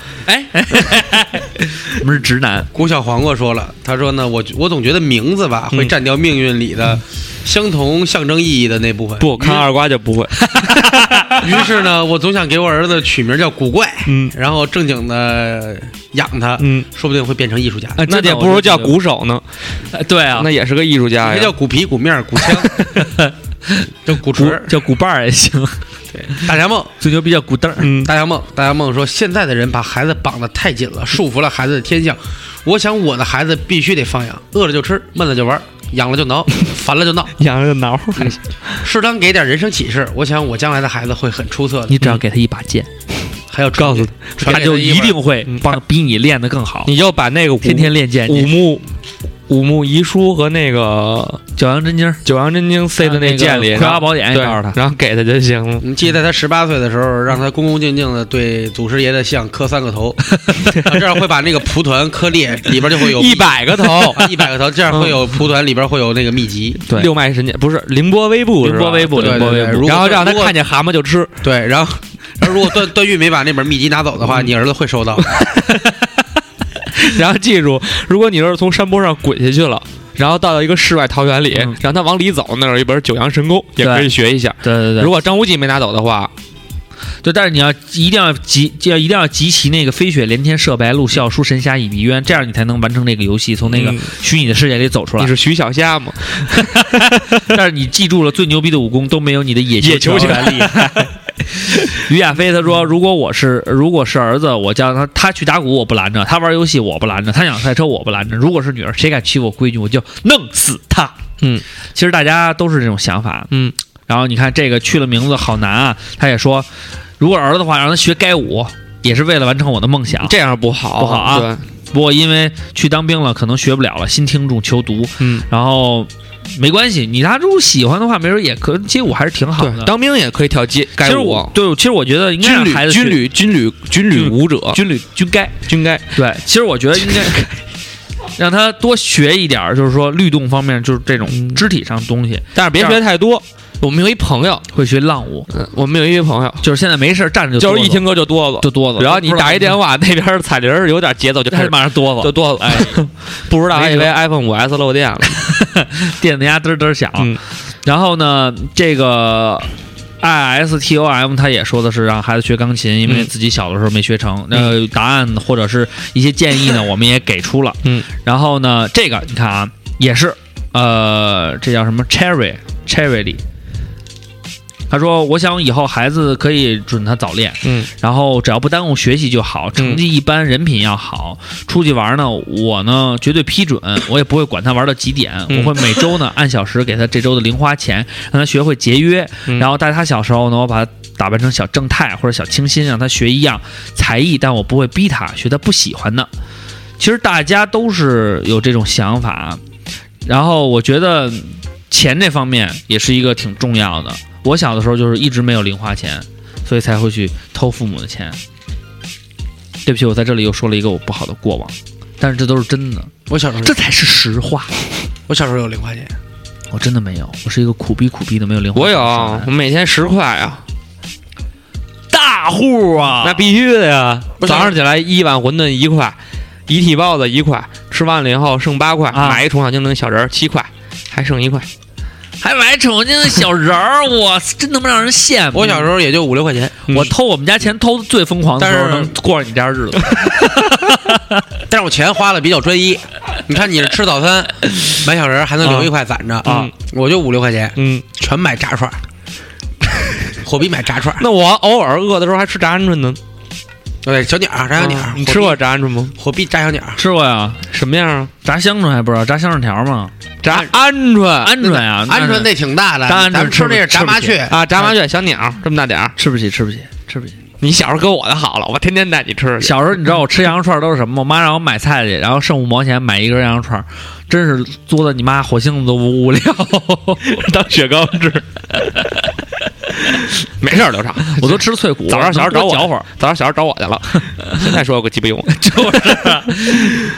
Speaker 5: 我们是直男。
Speaker 4: 谷哎小黄瓜说了，他说呢，我我总觉得名字吧会占掉命运里的相同象征意义的那部分。
Speaker 6: 不看二瓜就不会。
Speaker 4: 于是呢，我总想给我儿子取名叫古怪，
Speaker 6: 嗯
Speaker 4: 然后正经的养他，
Speaker 6: 嗯，
Speaker 4: 说不定会变成艺术家。
Speaker 5: 啊
Speaker 6: 那
Speaker 5: 真的
Speaker 6: 也
Speaker 5: 我
Speaker 6: 不如
Speaker 5: 就觉
Speaker 6: 叫
Speaker 5: 得
Speaker 6: 鼓手呢，
Speaker 5: 呃对啊，
Speaker 6: 那也是个艺术家
Speaker 4: 别
Speaker 6: 呀。
Speaker 4: 叫骨皮、骨面、骨腔， 叫骨
Speaker 5: 鼓
Speaker 4: 锤、
Speaker 5: 叫鼓棒儿也行，
Speaker 4: 大侠梦。
Speaker 5: 最牛逼叫鼓凳儿。
Speaker 6: 嗯，
Speaker 4: 大侠梦，大侠梦说，现在的人把孩子绑得太紧了，束缚了孩子的天性。我想我的孩子必须得放养，饿了就吃，闷了就玩，痒了就挠，烦了就闹，
Speaker 6: 养了个挠。
Speaker 4: 适当给点人生启示。我想我将来的孩子会很出色的。嗯
Speaker 5: 你只要给他一把剑，
Speaker 4: 还要
Speaker 6: 告诉
Speaker 4: 他，传
Speaker 5: 他
Speaker 4: 给
Speaker 5: 就
Speaker 4: 一
Speaker 5: 一
Speaker 4: 会儿
Speaker 5: 定会
Speaker 6: 嗯
Speaker 5: 帮比你练得更好。
Speaker 6: 你就把那个五
Speaker 5: 天天练剑，
Speaker 6: 五
Speaker 5: 哎你
Speaker 6: 木五木遗书和那个
Speaker 5: 九阳真经儿
Speaker 6: 九阳真经塞的
Speaker 5: 那个
Speaker 6: 剑里，
Speaker 5: 葵花
Speaker 6: 然后
Speaker 5: 宝典也
Speaker 6: 对，
Speaker 5: 告诉他，
Speaker 6: 然后给他就 行了。
Speaker 4: 你记得在他十八岁的时候，让他恭恭敬敬的对祖师爷的像磕三 个头，这样会把那个蒲团磕裂，里边就 会有
Speaker 6: 一百个头，
Speaker 4: 一百个头， 这样会有蒲团里边会有那个秘籍。
Speaker 5: 对
Speaker 6: 六脉神剑不是凌波微步，
Speaker 5: 凌波微步，
Speaker 4: 嗯对
Speaker 5: 凌波微
Speaker 4: 对对
Speaker 5: 步。
Speaker 4: 如果
Speaker 6: 然后让他
Speaker 4: 如果
Speaker 6: 看见蛤蟆就吃，
Speaker 4: 对，然后，然后如果段段誉没把那本秘籍拿走的话，你儿子会收到。
Speaker 6: 然后记住，如果你要是从山坡上滚下去了，然后到了一个世外桃源里，
Speaker 5: 嗯
Speaker 6: 让他往里走，那儿有一本九阳神功，也
Speaker 5: 对
Speaker 6: 可以学一下。
Speaker 5: 对对对，
Speaker 6: 如果张无忌没拿走的话，
Speaker 5: 对，但是你要一定要集，要一定要集齐那个飞雪连天射白鹿，笑书神侠倚碧鸳，这样你才能完成这个游戏，从那个
Speaker 6: 嗯
Speaker 5: 虚拟的世界里走出来。
Speaker 6: 你是徐小虾吗？
Speaker 5: 但是你记住了，最牛逼的武功都没有你的野
Speaker 6: 野球
Speaker 5: 球
Speaker 6: 拳
Speaker 5: 厉 害。于亚飞他说：“如果我是如果是儿子，我叫他他去打鼓，我不拦着；他玩游戏，我不拦着；他想赛车，我不拦着。如果是女儿，谁敢欺负我闺女，我就弄死他。”
Speaker 6: 嗯，
Speaker 5: 其实大家都是这种想法。
Speaker 6: 嗯，
Speaker 5: 然后你看这个去了名字好难啊，他也说，如果儿子的话，让他学街舞，也是为了完成我的梦想。
Speaker 6: 这样不好，
Speaker 5: 啊不好啊
Speaker 6: 对，
Speaker 5: 不过因为去当兵了，可能学不了了，新听众求读，
Speaker 6: 嗯，
Speaker 5: 然后没关系，你他如果喜欢的话，没准也可街舞还是挺好的。
Speaker 6: 对，当兵也可以跳街，
Speaker 5: 其
Speaker 6: 街
Speaker 5: 实
Speaker 6: 舞
Speaker 5: 我对，其实我觉得应该
Speaker 6: 军
Speaker 5: 让
Speaker 6: 旅
Speaker 5: 孩子去
Speaker 6: 军旅军旅军旅舞者，
Speaker 5: 军旅军该
Speaker 6: 军该
Speaker 5: 对，其实我觉得应该 让他多学一点儿，就是说律动方面，就是这
Speaker 6: 嗯
Speaker 5: 种肢体上的东西，
Speaker 6: 但是别
Speaker 5: 这
Speaker 6: 学
Speaker 5: 样
Speaker 6: 太多。我们有一朋友，
Speaker 5: 会学浪舞，
Speaker 6: 嗯我们有一朋友，
Speaker 5: 就是现在没事儿站着
Speaker 6: 就
Speaker 5: 哆
Speaker 6: 是
Speaker 5: 嗦
Speaker 6: 一听歌就哆嗦，
Speaker 5: 就哆嗦，
Speaker 6: 然后你打一电
Speaker 5: 话，
Speaker 6: 话，那边彩铃儿有点节奏 就
Speaker 5: 他
Speaker 6: 开始
Speaker 5: 马上哆
Speaker 6: 就
Speaker 5: 嗦，
Speaker 6: 哆嗦，哎， 不知道还以为 iPhone 五 S 漏电了。
Speaker 5: 电子压嘚儿嘚儿响。
Speaker 6: 嗯
Speaker 5: 然后呢，这个 I S T O M 他也说的是让孩子学钢琴，因为
Speaker 6: 嗯
Speaker 5: 自己小的时候没学成。那、答案或者是一些建议呢，我们也给出了。
Speaker 6: 嗯，
Speaker 5: 然后呢，这个你看啊，也是呃，这叫什么 Cherry Cherry 里。他说：“我想以后孩子可以准他早恋，
Speaker 6: 嗯，
Speaker 5: 然后只要不耽误学习就好，成绩一般，人品要好。出去玩呢，我呢绝对批准，我也不会管他玩到几点，
Speaker 6: 嗯
Speaker 5: 我会每周呢按小时给他这周的零花钱，让他学会节约。
Speaker 6: 嗯
Speaker 5: 然后在他小时候呢，我把他打扮成小正太或者小清新，让他学一样才艺，但我不会逼他学他不喜欢的。其实大家都是有这种想法，然后我觉得钱这方面也是一个挺重要的。我小的时候就是一直没有零花钱，所以才会去偷父母的钱。对不起，我在这里又说了一个我不好的过往，但是这都是真的，
Speaker 4: 我小时候，
Speaker 5: 这才是实话。
Speaker 4: 我小时候有零花钱，
Speaker 5: 我真的没有，我是一个苦逼苦逼的没有零花
Speaker 6: 我
Speaker 5: 钱
Speaker 6: 有，
Speaker 5: 的少
Speaker 6: 我
Speaker 5: 男。
Speaker 6: 每天十块啊，
Speaker 5: 大户啊，
Speaker 6: 那必须的呀。
Speaker 4: 不是
Speaker 6: 早上起来一碗馄饨一块，一屉包子一块，吃完了以后剩八块，
Speaker 5: 啊
Speaker 6: 买一宠小精灵小人儿七块，还剩一块。
Speaker 5: 还买宠精的小人儿， 我真他妈让人羡慕。
Speaker 4: 我小时候也就五六块钱，
Speaker 5: 我偷我们家钱偷的最疯狂的时候，
Speaker 4: 但是
Speaker 5: 能过上你家日子。
Speaker 4: 但是我钱花的比较专 一。你看，你是吃早餐，买小人儿还能留一块攒着
Speaker 5: 啊
Speaker 4: 嗯我就五六块钱，
Speaker 6: 嗯，
Speaker 4: 全买炸串儿， 火币买炸串儿。
Speaker 6: 那我偶尔饿的时候还吃炸鹌鹑呢。
Speaker 4: 对，小鸟儿炸小鸟儿
Speaker 6: 啊，你
Speaker 4: 火
Speaker 6: 吃
Speaker 4: 币
Speaker 6: 过炸鹌鹑吗？
Speaker 4: 火币炸小鸟儿，
Speaker 5: 吃过呀，
Speaker 6: 什么样啊？
Speaker 5: 炸香椿还不知道，炸香椿条吗？啊
Speaker 6: 炸鹌鹑
Speaker 5: 鹌鹑呀，
Speaker 4: 鹌鹑那挺大的，
Speaker 5: 炸鹌鹑
Speaker 4: 咱们
Speaker 5: 吃
Speaker 4: 吃
Speaker 5: 不
Speaker 4: 那是炸
Speaker 5: 吃不
Speaker 4: 麻
Speaker 5: 起
Speaker 4: 雀，
Speaker 6: 啊，炸麻雀小鸟这么大点儿。
Speaker 5: 哎吃不起，吃不起，吃不起。
Speaker 6: 你小时候跟我的好了，我天天带你吃去。
Speaker 5: 小时候你知道我吃羊肉串都是什么吗？我妈让我买菜去，然后剩五毛钱买一根羊肉串，真是作的你妈火星子都不无聊。
Speaker 6: 当雪糕吃，没事儿，刘畅，
Speaker 5: 我 都吃脆骨，
Speaker 6: 早上小孩找我
Speaker 5: 嚼 会儿。
Speaker 6: 早上小孩找我去了，现在说有个鸡 巴用。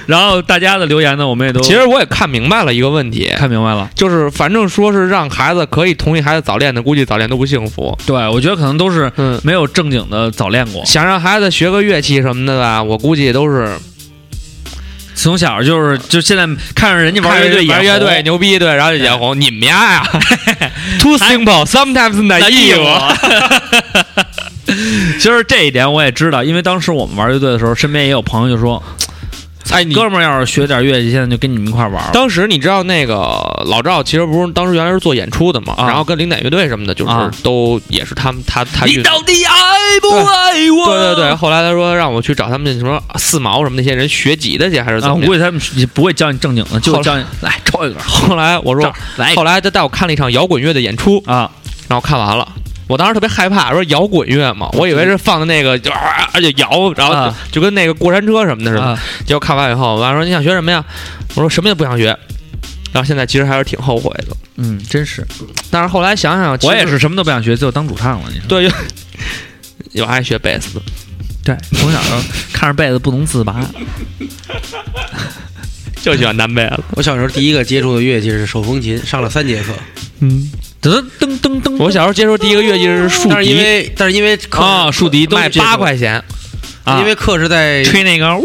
Speaker 5: 然后大家的留言呢，我们也都
Speaker 6: 其实我也看明白了一个问题，
Speaker 5: 看明白了。
Speaker 6: 就是反正说是让孩子可以同意孩子早恋的，估计早恋都不幸福。
Speaker 5: 对，我觉得可能都是
Speaker 6: 嗯，
Speaker 5: 没有正经的早恋过，
Speaker 6: 想让孩子学个乐器什么的吧，我估计都是
Speaker 5: 从小就是就现在看着人家玩乐队也
Speaker 6: 玩乐
Speaker 5: 红哎
Speaker 6: 队牛逼对，然后就眼红。你们家 呀哎，too simple sometimes naive。
Speaker 5: 哎 其实这一点我也知道，因为当时我们玩乐队的时候，身边也有朋友就说
Speaker 6: 哎，：“你
Speaker 5: 哥们儿要是学点乐器，现在就跟你们一块玩儿。
Speaker 6: 当时你知道那个老赵其实不是当时原来是做演出的嘛，
Speaker 5: 啊
Speaker 6: 然后跟零点乐队什么的，就是
Speaker 5: 啊
Speaker 6: 都也是他们他他运
Speaker 5: 你到底爱不
Speaker 6: 对
Speaker 5: 爱我？”
Speaker 6: 对对对，后来他说让我去找他们什么四毛什么那些人学吉他去，还是怎
Speaker 5: 啊，我
Speaker 6: 么样？
Speaker 5: 估计他们也不会教你正经的，就教你来抽一个，
Speaker 6: 后来我
Speaker 5: 这
Speaker 6: 说
Speaker 5: 儿，来一
Speaker 6: 后
Speaker 5: 个
Speaker 6: 来他带我看了一场摇滚乐的演出，
Speaker 5: 啊，
Speaker 6: 然后看完了，我当时特别害怕，说摇滚乐嘛，我以为是放的那个就啊就摇，然后就,、
Speaker 5: 嗯啊
Speaker 6: 就跟那个过山车什么的似的。
Speaker 5: 啊
Speaker 6: 结果看完以后，完了说你想学什么呀？我说什么也不想学。然后现在其实还是挺后悔的，
Speaker 5: 嗯，真是，
Speaker 6: 但是后来想想，其
Speaker 5: 我也
Speaker 6: 实
Speaker 5: 是什么都不想学，最后当主唱了。你说
Speaker 6: 对，有有爱学贝斯，
Speaker 5: 对，从小看着被子不能自拔。
Speaker 6: 就喜欢南贝了。
Speaker 4: 我小时候第一个接触的乐器是手风琴，上了三节 课，
Speaker 5: 噔噔噔噔，
Speaker 6: 我小时候接触第一个乐器是竖
Speaker 4: 但是因
Speaker 6: 笛，
Speaker 4: 为但是因为课
Speaker 6: 啊，竖笛
Speaker 4: 都
Speaker 6: 卖
Speaker 4: 接触
Speaker 6: 八块钱，
Speaker 5: 啊
Speaker 4: 因为课是在
Speaker 6: 吹那个呜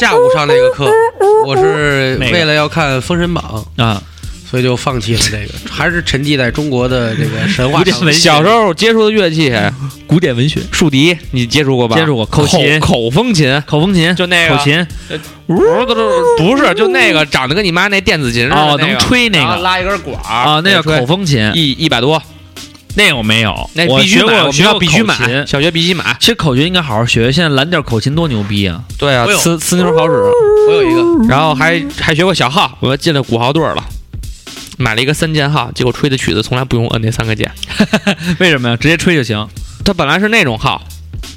Speaker 4: 下午上那个课，我是
Speaker 5: 哪个
Speaker 4: 为了要看《封神榜
Speaker 5: 啊，》，
Speaker 4: 所以就放弃了这个，还是沉寂在中国的这个神话
Speaker 5: 古典
Speaker 4: 上
Speaker 5: 文学
Speaker 6: 小时候接触的乐器，
Speaker 5: 古典文学，
Speaker 6: 竖笛你接触过吧？
Speaker 5: 接触过口
Speaker 6: 口
Speaker 5: 琴
Speaker 6: 口风琴，
Speaker 5: 口风琴，
Speaker 6: 就那个
Speaker 5: 口琴，
Speaker 6: 不是就那个长得跟你妈那电子琴似的
Speaker 5: 哦
Speaker 6: 那个
Speaker 5: 能吹那个
Speaker 6: 然后拉一根管儿
Speaker 5: 啊，那叫
Speaker 6: 吹
Speaker 5: 口风琴，
Speaker 6: 一一百多，
Speaker 5: 那我没有，
Speaker 6: 那
Speaker 5: 我
Speaker 6: 必须
Speaker 5: 学
Speaker 6: 买，
Speaker 5: 过，
Speaker 6: 我
Speaker 5: 学
Speaker 6: 学
Speaker 5: 过
Speaker 6: 校必须
Speaker 5: 口琴
Speaker 6: 买，小学必须买。
Speaker 5: 其实口诀应该好好学，现在蓝调口琴多牛逼啊！
Speaker 6: 对啊
Speaker 4: 我，有
Speaker 6: 呲呲妞好使，
Speaker 4: 我有一个，
Speaker 6: 然后还还学过小号，我进了鼓号队了。买了一个三键号，结果吹的曲子从来不用摁那三个键。
Speaker 5: 为什么呀？直接吹就行。
Speaker 6: 它本来是那种号，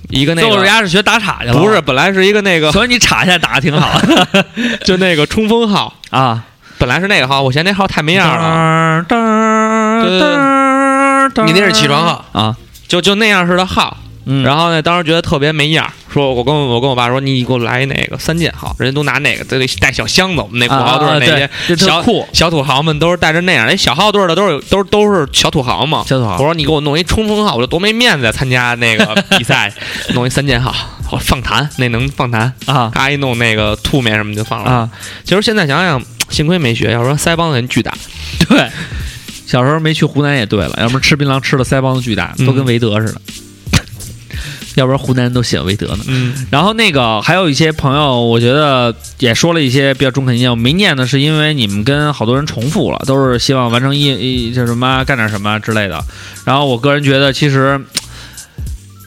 Speaker 6: 一个那
Speaker 5: 最后人
Speaker 6: 个
Speaker 5: 家是学打岔去了，
Speaker 6: 不是，，本来是一个那个
Speaker 5: 所以你岔现在打的挺 好的
Speaker 6: 就那个冲锋号，
Speaker 5: 啊。
Speaker 6: 本来是那个号，我嫌那号太没样了，
Speaker 5: 儿，噔
Speaker 6: 对
Speaker 5: 噔噔
Speaker 4: 你那是起床号，
Speaker 5: 啊，
Speaker 6: 就就那样式的号。
Speaker 5: 嗯，
Speaker 6: 然后呢，当时觉得特别没样儿，说我跟我跟我爸说，你给我来那个三件号，人家都拿那个，都得带小箱子。我们那
Speaker 5: 那
Speaker 6: 土豪队儿那些
Speaker 5: 啊这特
Speaker 6: 小
Speaker 5: 酷，
Speaker 6: 小土豪们都是带着那样，那小号队儿的都是都是都是小土豪嘛。
Speaker 5: 小土
Speaker 6: 我
Speaker 5: 豪
Speaker 6: 说你给我弄一冲锋号，我就多没面子呀！参加那个比 赛，弄一三件号，我放弹那能放弹，
Speaker 5: 啊
Speaker 6: 咔一弄那个兔面什么就放了。
Speaker 5: 啊，
Speaker 6: 其实现在想想，幸亏没学，要说腮帮子人巨大，
Speaker 5: 对。小时候没去湖南也对了，要不然吃槟榔吃的腮帮子巨大，
Speaker 6: 嗯
Speaker 5: 都跟韦德似的。 要不然湖南人都写韦德呢。
Speaker 6: 嗯，
Speaker 5: 然后那个还有一些朋友，我觉得也说了一些比较中肯意见。我没念呢，是因为你们跟好多人重复了，都是希望完成一一叫什么干点什么之类的。然后我个人觉得其实。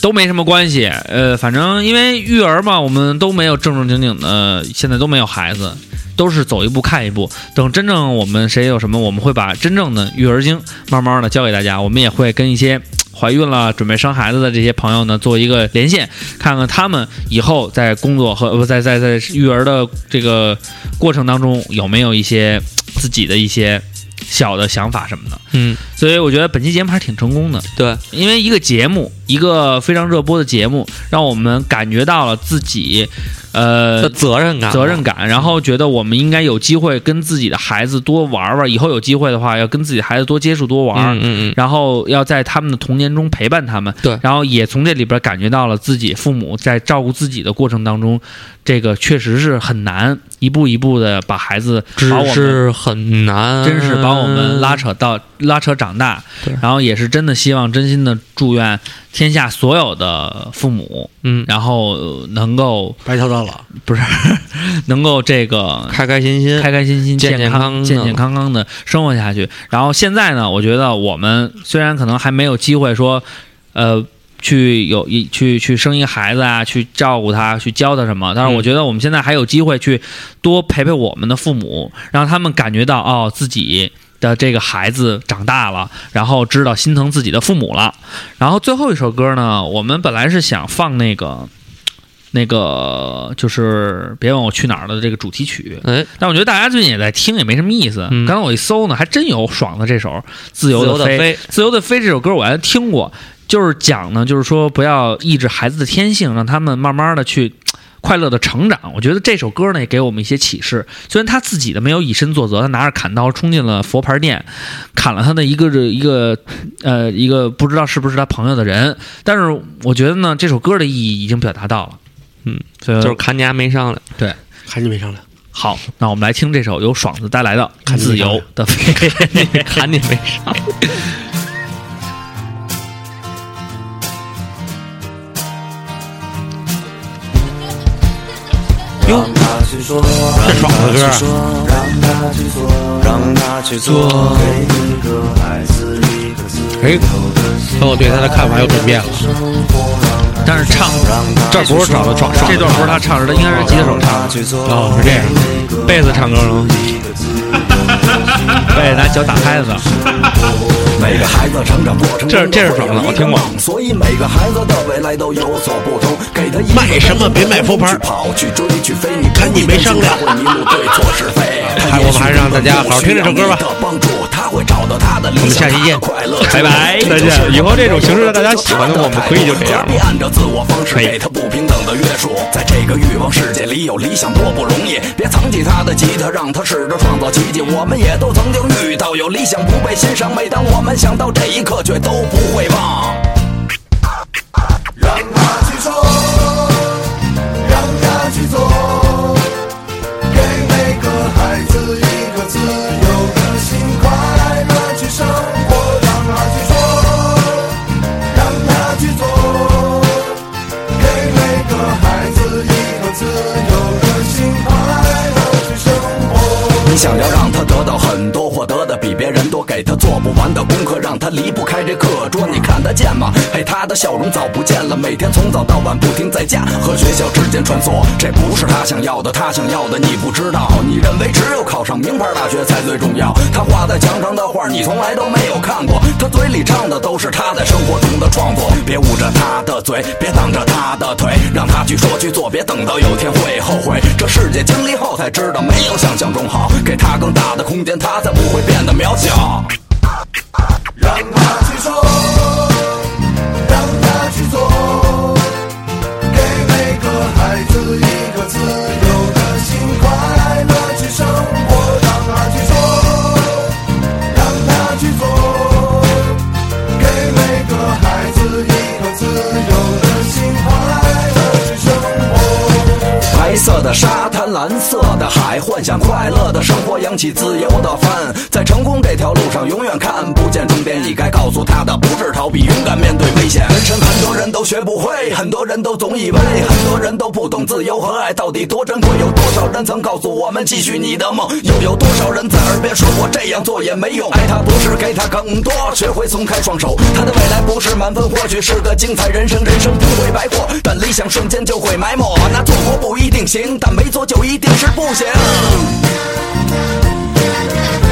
Speaker 5: 都没什么关系，呃，反正因为育儿嘛，我们都没有正正经经的，呃现在都没有孩子，都是走一步看一步。等真正我们谁有什么，我们会把真正的育儿经慢慢的教给大家。我们也会跟一些怀孕了、准备生孩子的这些朋友呢做一个连线，看看他们以后在工作和不在在在育儿的这个过程当中有没有一些嘖自己的一些小的想法什么的。
Speaker 6: 嗯，
Speaker 5: 所以我觉得本期节目还是挺成功的，
Speaker 6: 对，
Speaker 5: 因为一个节目，一个非常热播的节目，让我们感觉到了自己，
Speaker 6: 这
Speaker 5: 呃。
Speaker 6: 责任感，
Speaker 5: 责任感，然后觉得我们应该有机会跟自己的孩子多玩玩，以后有机会的话，要跟自己的孩子多接触、多玩。
Speaker 6: 嗯嗯嗯，
Speaker 5: 然后要在他们的童年中陪伴他们，
Speaker 6: 对
Speaker 5: 然后也从这里边感觉到了自己父母在照顾自己的过程当中，这个确实是很难，一步一步的把孩子
Speaker 6: 只
Speaker 5: 把我们。
Speaker 6: 是很难，
Speaker 5: 真是把我们拉扯到拉扯长大
Speaker 6: 啊对，
Speaker 5: 然后也是真的希望真心的祝愿天下所有的父母，
Speaker 6: 嗯，
Speaker 5: 然后呃能够
Speaker 4: 白嫖到老，
Speaker 5: 不是 能够这个
Speaker 6: 开开心心，
Speaker 5: 开开心心、
Speaker 6: 健
Speaker 5: 健康、
Speaker 6: 健
Speaker 5: 健
Speaker 6: 康的
Speaker 5: 健康康的生活下去。然后现在呢，我觉得我们虽然可能还没有机会说，呃。去有一去去生一个孩子啊，去照顾他，去教他什么？但是我觉得我们现在还有机会去多陪陪我们的父母，让他们感觉到哦自己的这个孩子长大了，然后知道心疼自己的父母了。然后最后一首歌呢，我们本来是想放那个那个就是别问我去哪儿的这个主题曲，
Speaker 6: 哎，
Speaker 5: 但我觉得大家最近也在听，也没什么意思。
Speaker 6: 嗯
Speaker 5: 刚才我一搜呢，还真有爽的这首《自
Speaker 6: 自
Speaker 5: 由
Speaker 6: 由
Speaker 5: 的
Speaker 6: 的
Speaker 5: 飞》。
Speaker 6: 飞，
Speaker 5: 《自由的飞》这首歌我还听过，就是讲呢，就是说不要抑制孩子的天性，让他们慢慢的去。快乐的成长，我觉得这首歌呢也给我们一些启示。虽然他自己的没有以身作则，他拿着砍刀冲进了佛牌店，砍了他的一个一个呃一个不知道是不是他朋友的人，但是我觉得呢，这首歌的意义已经表达到了。
Speaker 6: 嗯，
Speaker 5: 所以
Speaker 6: 就是看家没商量，
Speaker 4: 还是没商量。
Speaker 5: 好，那我们来听这首由爽子带来的《自由的飞》。
Speaker 6: 看你没商量。
Speaker 7: 让他去说，让
Speaker 6: 爽的歌
Speaker 7: 他去说，让他去做，让他去做，给一个孩子一个自由的心。
Speaker 4: 那我对他的看法又转变了。
Speaker 5: 但是唱
Speaker 6: 这不是找的爽爽
Speaker 5: 这段不是他唱的，应哦该是吉他手
Speaker 7: 让
Speaker 5: 唱
Speaker 7: 他
Speaker 5: 的。
Speaker 7: 去做，
Speaker 6: 哦，是这样，贝斯唱歌了吗？
Speaker 5: 我也拿脚打拍子。
Speaker 7: 每个孩子成长过程中
Speaker 6: 这是这是爽的我听过
Speaker 7: 所以每个孩子的未来都有所不同。给他一个
Speaker 4: 买什么别买佛牌
Speaker 7: 去跑去追去飞，你
Speaker 4: 看你没商量
Speaker 7: 他会迷路对错是 非。
Speaker 4: 还我们还是让大家好好听这首歌吧
Speaker 7: 他也许根本不需要你的帮助，他会找到他的理
Speaker 4: 我们下
Speaker 7: 想，
Speaker 4: 期见
Speaker 7: 他的快乐。
Speaker 5: 拜拜
Speaker 7: 这
Speaker 6: 再
Speaker 7: 就
Speaker 6: 见
Speaker 7: 是
Speaker 6: 以后这种形式让大家喜欢的我们可以就这样了
Speaker 7: 何必按照自我方式给他不平等的约束，在这个欲望世界里有理想多不容易，别藏起他的吉他，让他试着创造奇迹。我们也都曾经遇到有理想不被欣赏，每当我们想到这一刻，却都不会忘。让他去做，让他去做，给每个孩子一个自由的心，快乐去生活。让他去做，让他去做，给每个孩子一个自由的心，快乐去生活。你想要让他得到很多，或得的比别人多，给他做不完的功课，让他离不开这课桌。你看得见吗？嘿，哎他的笑容早不见了，每天从早到晚不停在家和学校之间穿梭。这不是他想要的，他想要的你不知道。你认为只有考上名牌大学才最重要？他画在墙上的画，你从来都没有看过。他嘴里唱的都是他在生活中的创作。别捂着他的嘴，别挡着他的腿，让他去说去做，别等到有天会后悔。这世界经历后才知道，没有想象中好。给他更大的空间，他才不会变得渺小。让他去说，让他去做，给每个孩子一个自由的心，快乐去生活。让他去说，让他去做，给每个孩子一个自由的心，快乐去生活。白色的沙滩，蓝色的海，幻想快乐的生活，扬起自由的帆，在成功这条路上永远看不见终点。你该告诉他的不是逃避，勇敢面对危险。人生很多人都学不会，很多人都总以为，很多人都不懂自由和爱到底多珍贵。有多少人曾告诉我们继续你的梦，又有多少人在耳边说过这样做也没用。爱他不是给他更多，学会松开双手。他的未来不是满分，或许是个精彩人生，人生不会白过，但理想瞬间就会埋没。那做过不一定行，但没做就一定是不行。
Speaker 8: Thank you.